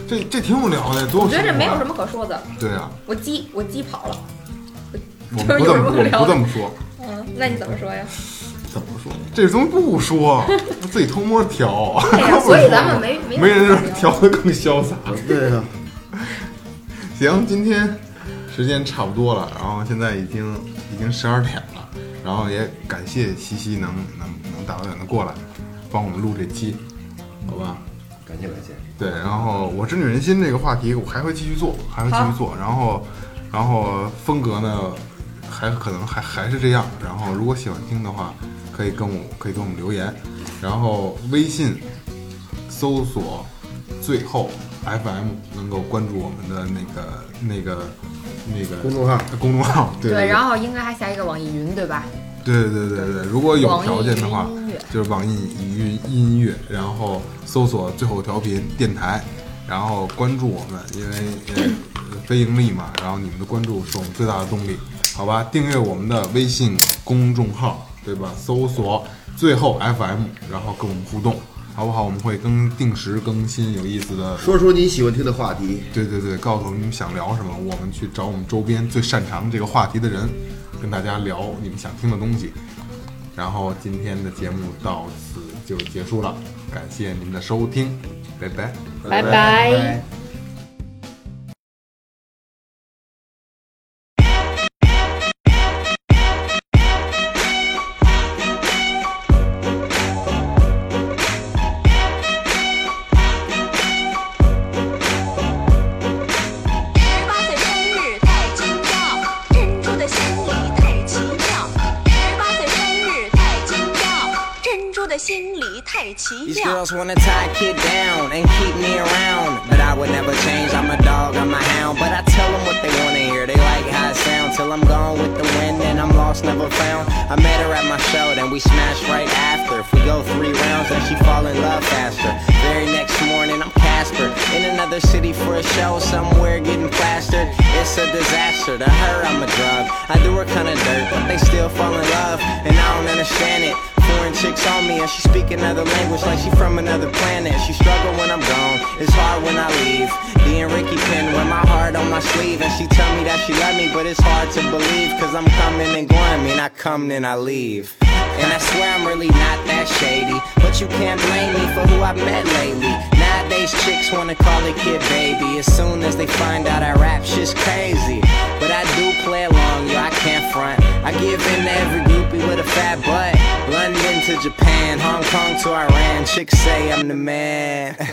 Speaker 1: 这这挺无聊的，多
Speaker 5: 我觉得这没有
Speaker 1: 么
Speaker 5: 什。么可说的。
Speaker 1: 对 啊，
Speaker 5: 我鸡，我鸡跑了。
Speaker 1: 我们不这么我们不这么说，
Speaker 5: 嗯，那你怎么说呀？
Speaker 1: 怎么说？这东西不 说，自己偷摸调。
Speaker 5: 对 呀，所以咱们没没
Speaker 1: 没人是调的更潇洒。
Speaker 4: 对呀、
Speaker 1: 行，今天时间差不多了，然后现在已经已经十二点了，然后也感谢西西能能能大老远的过来帮我们录这期，好吧？
Speaker 3: 感谢感谢。
Speaker 1: 对，然后我知女人心这个话题我还会继续做，还会继续做，然后然后风格呢还可能还还是这样，然后如果喜欢听的话，可以跟我可以给我们留言，然后微信搜索最后 FM 能够关注我们的那个那个那个
Speaker 4: 公众号
Speaker 1: 公众号，对
Speaker 5: 对，然
Speaker 1: 后
Speaker 5: 后应该还下一个网易云，对吧？
Speaker 1: 对对对对对，如果有
Speaker 5: 网易
Speaker 1: 条件的话
Speaker 5: 云音乐，
Speaker 1: 就是网易云音乐，然后搜索最后调频电台，然后关注我们，因为呃非盈利嘛，然后你们的关注是我们最大的动力，好吧？订阅我们的微信公众号，对吧？搜索最后 FM，然后跟我们互动，好不好？我们会更定时更新有意思的
Speaker 4: 说说你喜欢听的话题，
Speaker 1: 对对对，告诉我们你们想聊什么，我们去找我们周边最擅长这个话题的人，跟大家聊你们想听的东西。然后今天的节目到此就结束了，感谢您的收听，拜拜。
Speaker 5: 拜拜
Speaker 2: 拜
Speaker 7: 十八岁生太奇
Speaker 8: These
Speaker 7: 妙。
Speaker 8: girls wanna tie kid down and keep me around. But I would never change, I'm a dog, I'm a hound. But I tell them what they wanna hear, they like how it sounds. Till I'm gone with the wind and I'm lost, never found. I met her at my show, then we smashed right after. If we go three rounds, then she fall in love faster. Very next morning, I'm Casper. In another city for a show, somewhere getting plastered. It's a disaster, to her I'm a drug. I do her kinda dirt, but they still fall in love. And I don't understand it. Foreign chicks on me and she speak another language like she from another planet. She struggle when I'm gone. It's hard when I leave. Being Ricky Pin with my heart on my sleeve and she tell me that she love me, but it's hard to believe cause I'm coming and going, mean I come then I leave. And I swear I'm really not that shady, but you can't blame me for who I've met lately. Nowadays chicks wanna call a kid baby as soon as they find out I rap shit's crazy. But I do play along, yo, I can't front. I give in to every groupie with a fat butt. London to Japan, Hong Kong to Iran, chicks say I'm the man.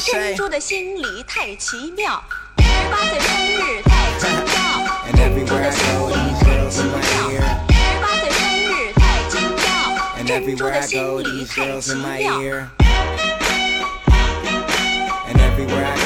Speaker 7: 十八岁生日太精妙，天竺的仙女太奇妙。十八岁生日太精妙，珍珠的心里太奇妙。十八岁生日太精妙，珍珠的心里太奇妙。十八岁生日太精妙，珍
Speaker 8: And
Speaker 7: 珠
Speaker 8: everywhere
Speaker 7: 的
Speaker 8: I
Speaker 7: 心
Speaker 8: go,
Speaker 7: 里
Speaker 8: these
Speaker 7: 太
Speaker 8: girls
Speaker 7: 奇
Speaker 8: in my
Speaker 7: 妙。
Speaker 8: ear. And everywhere I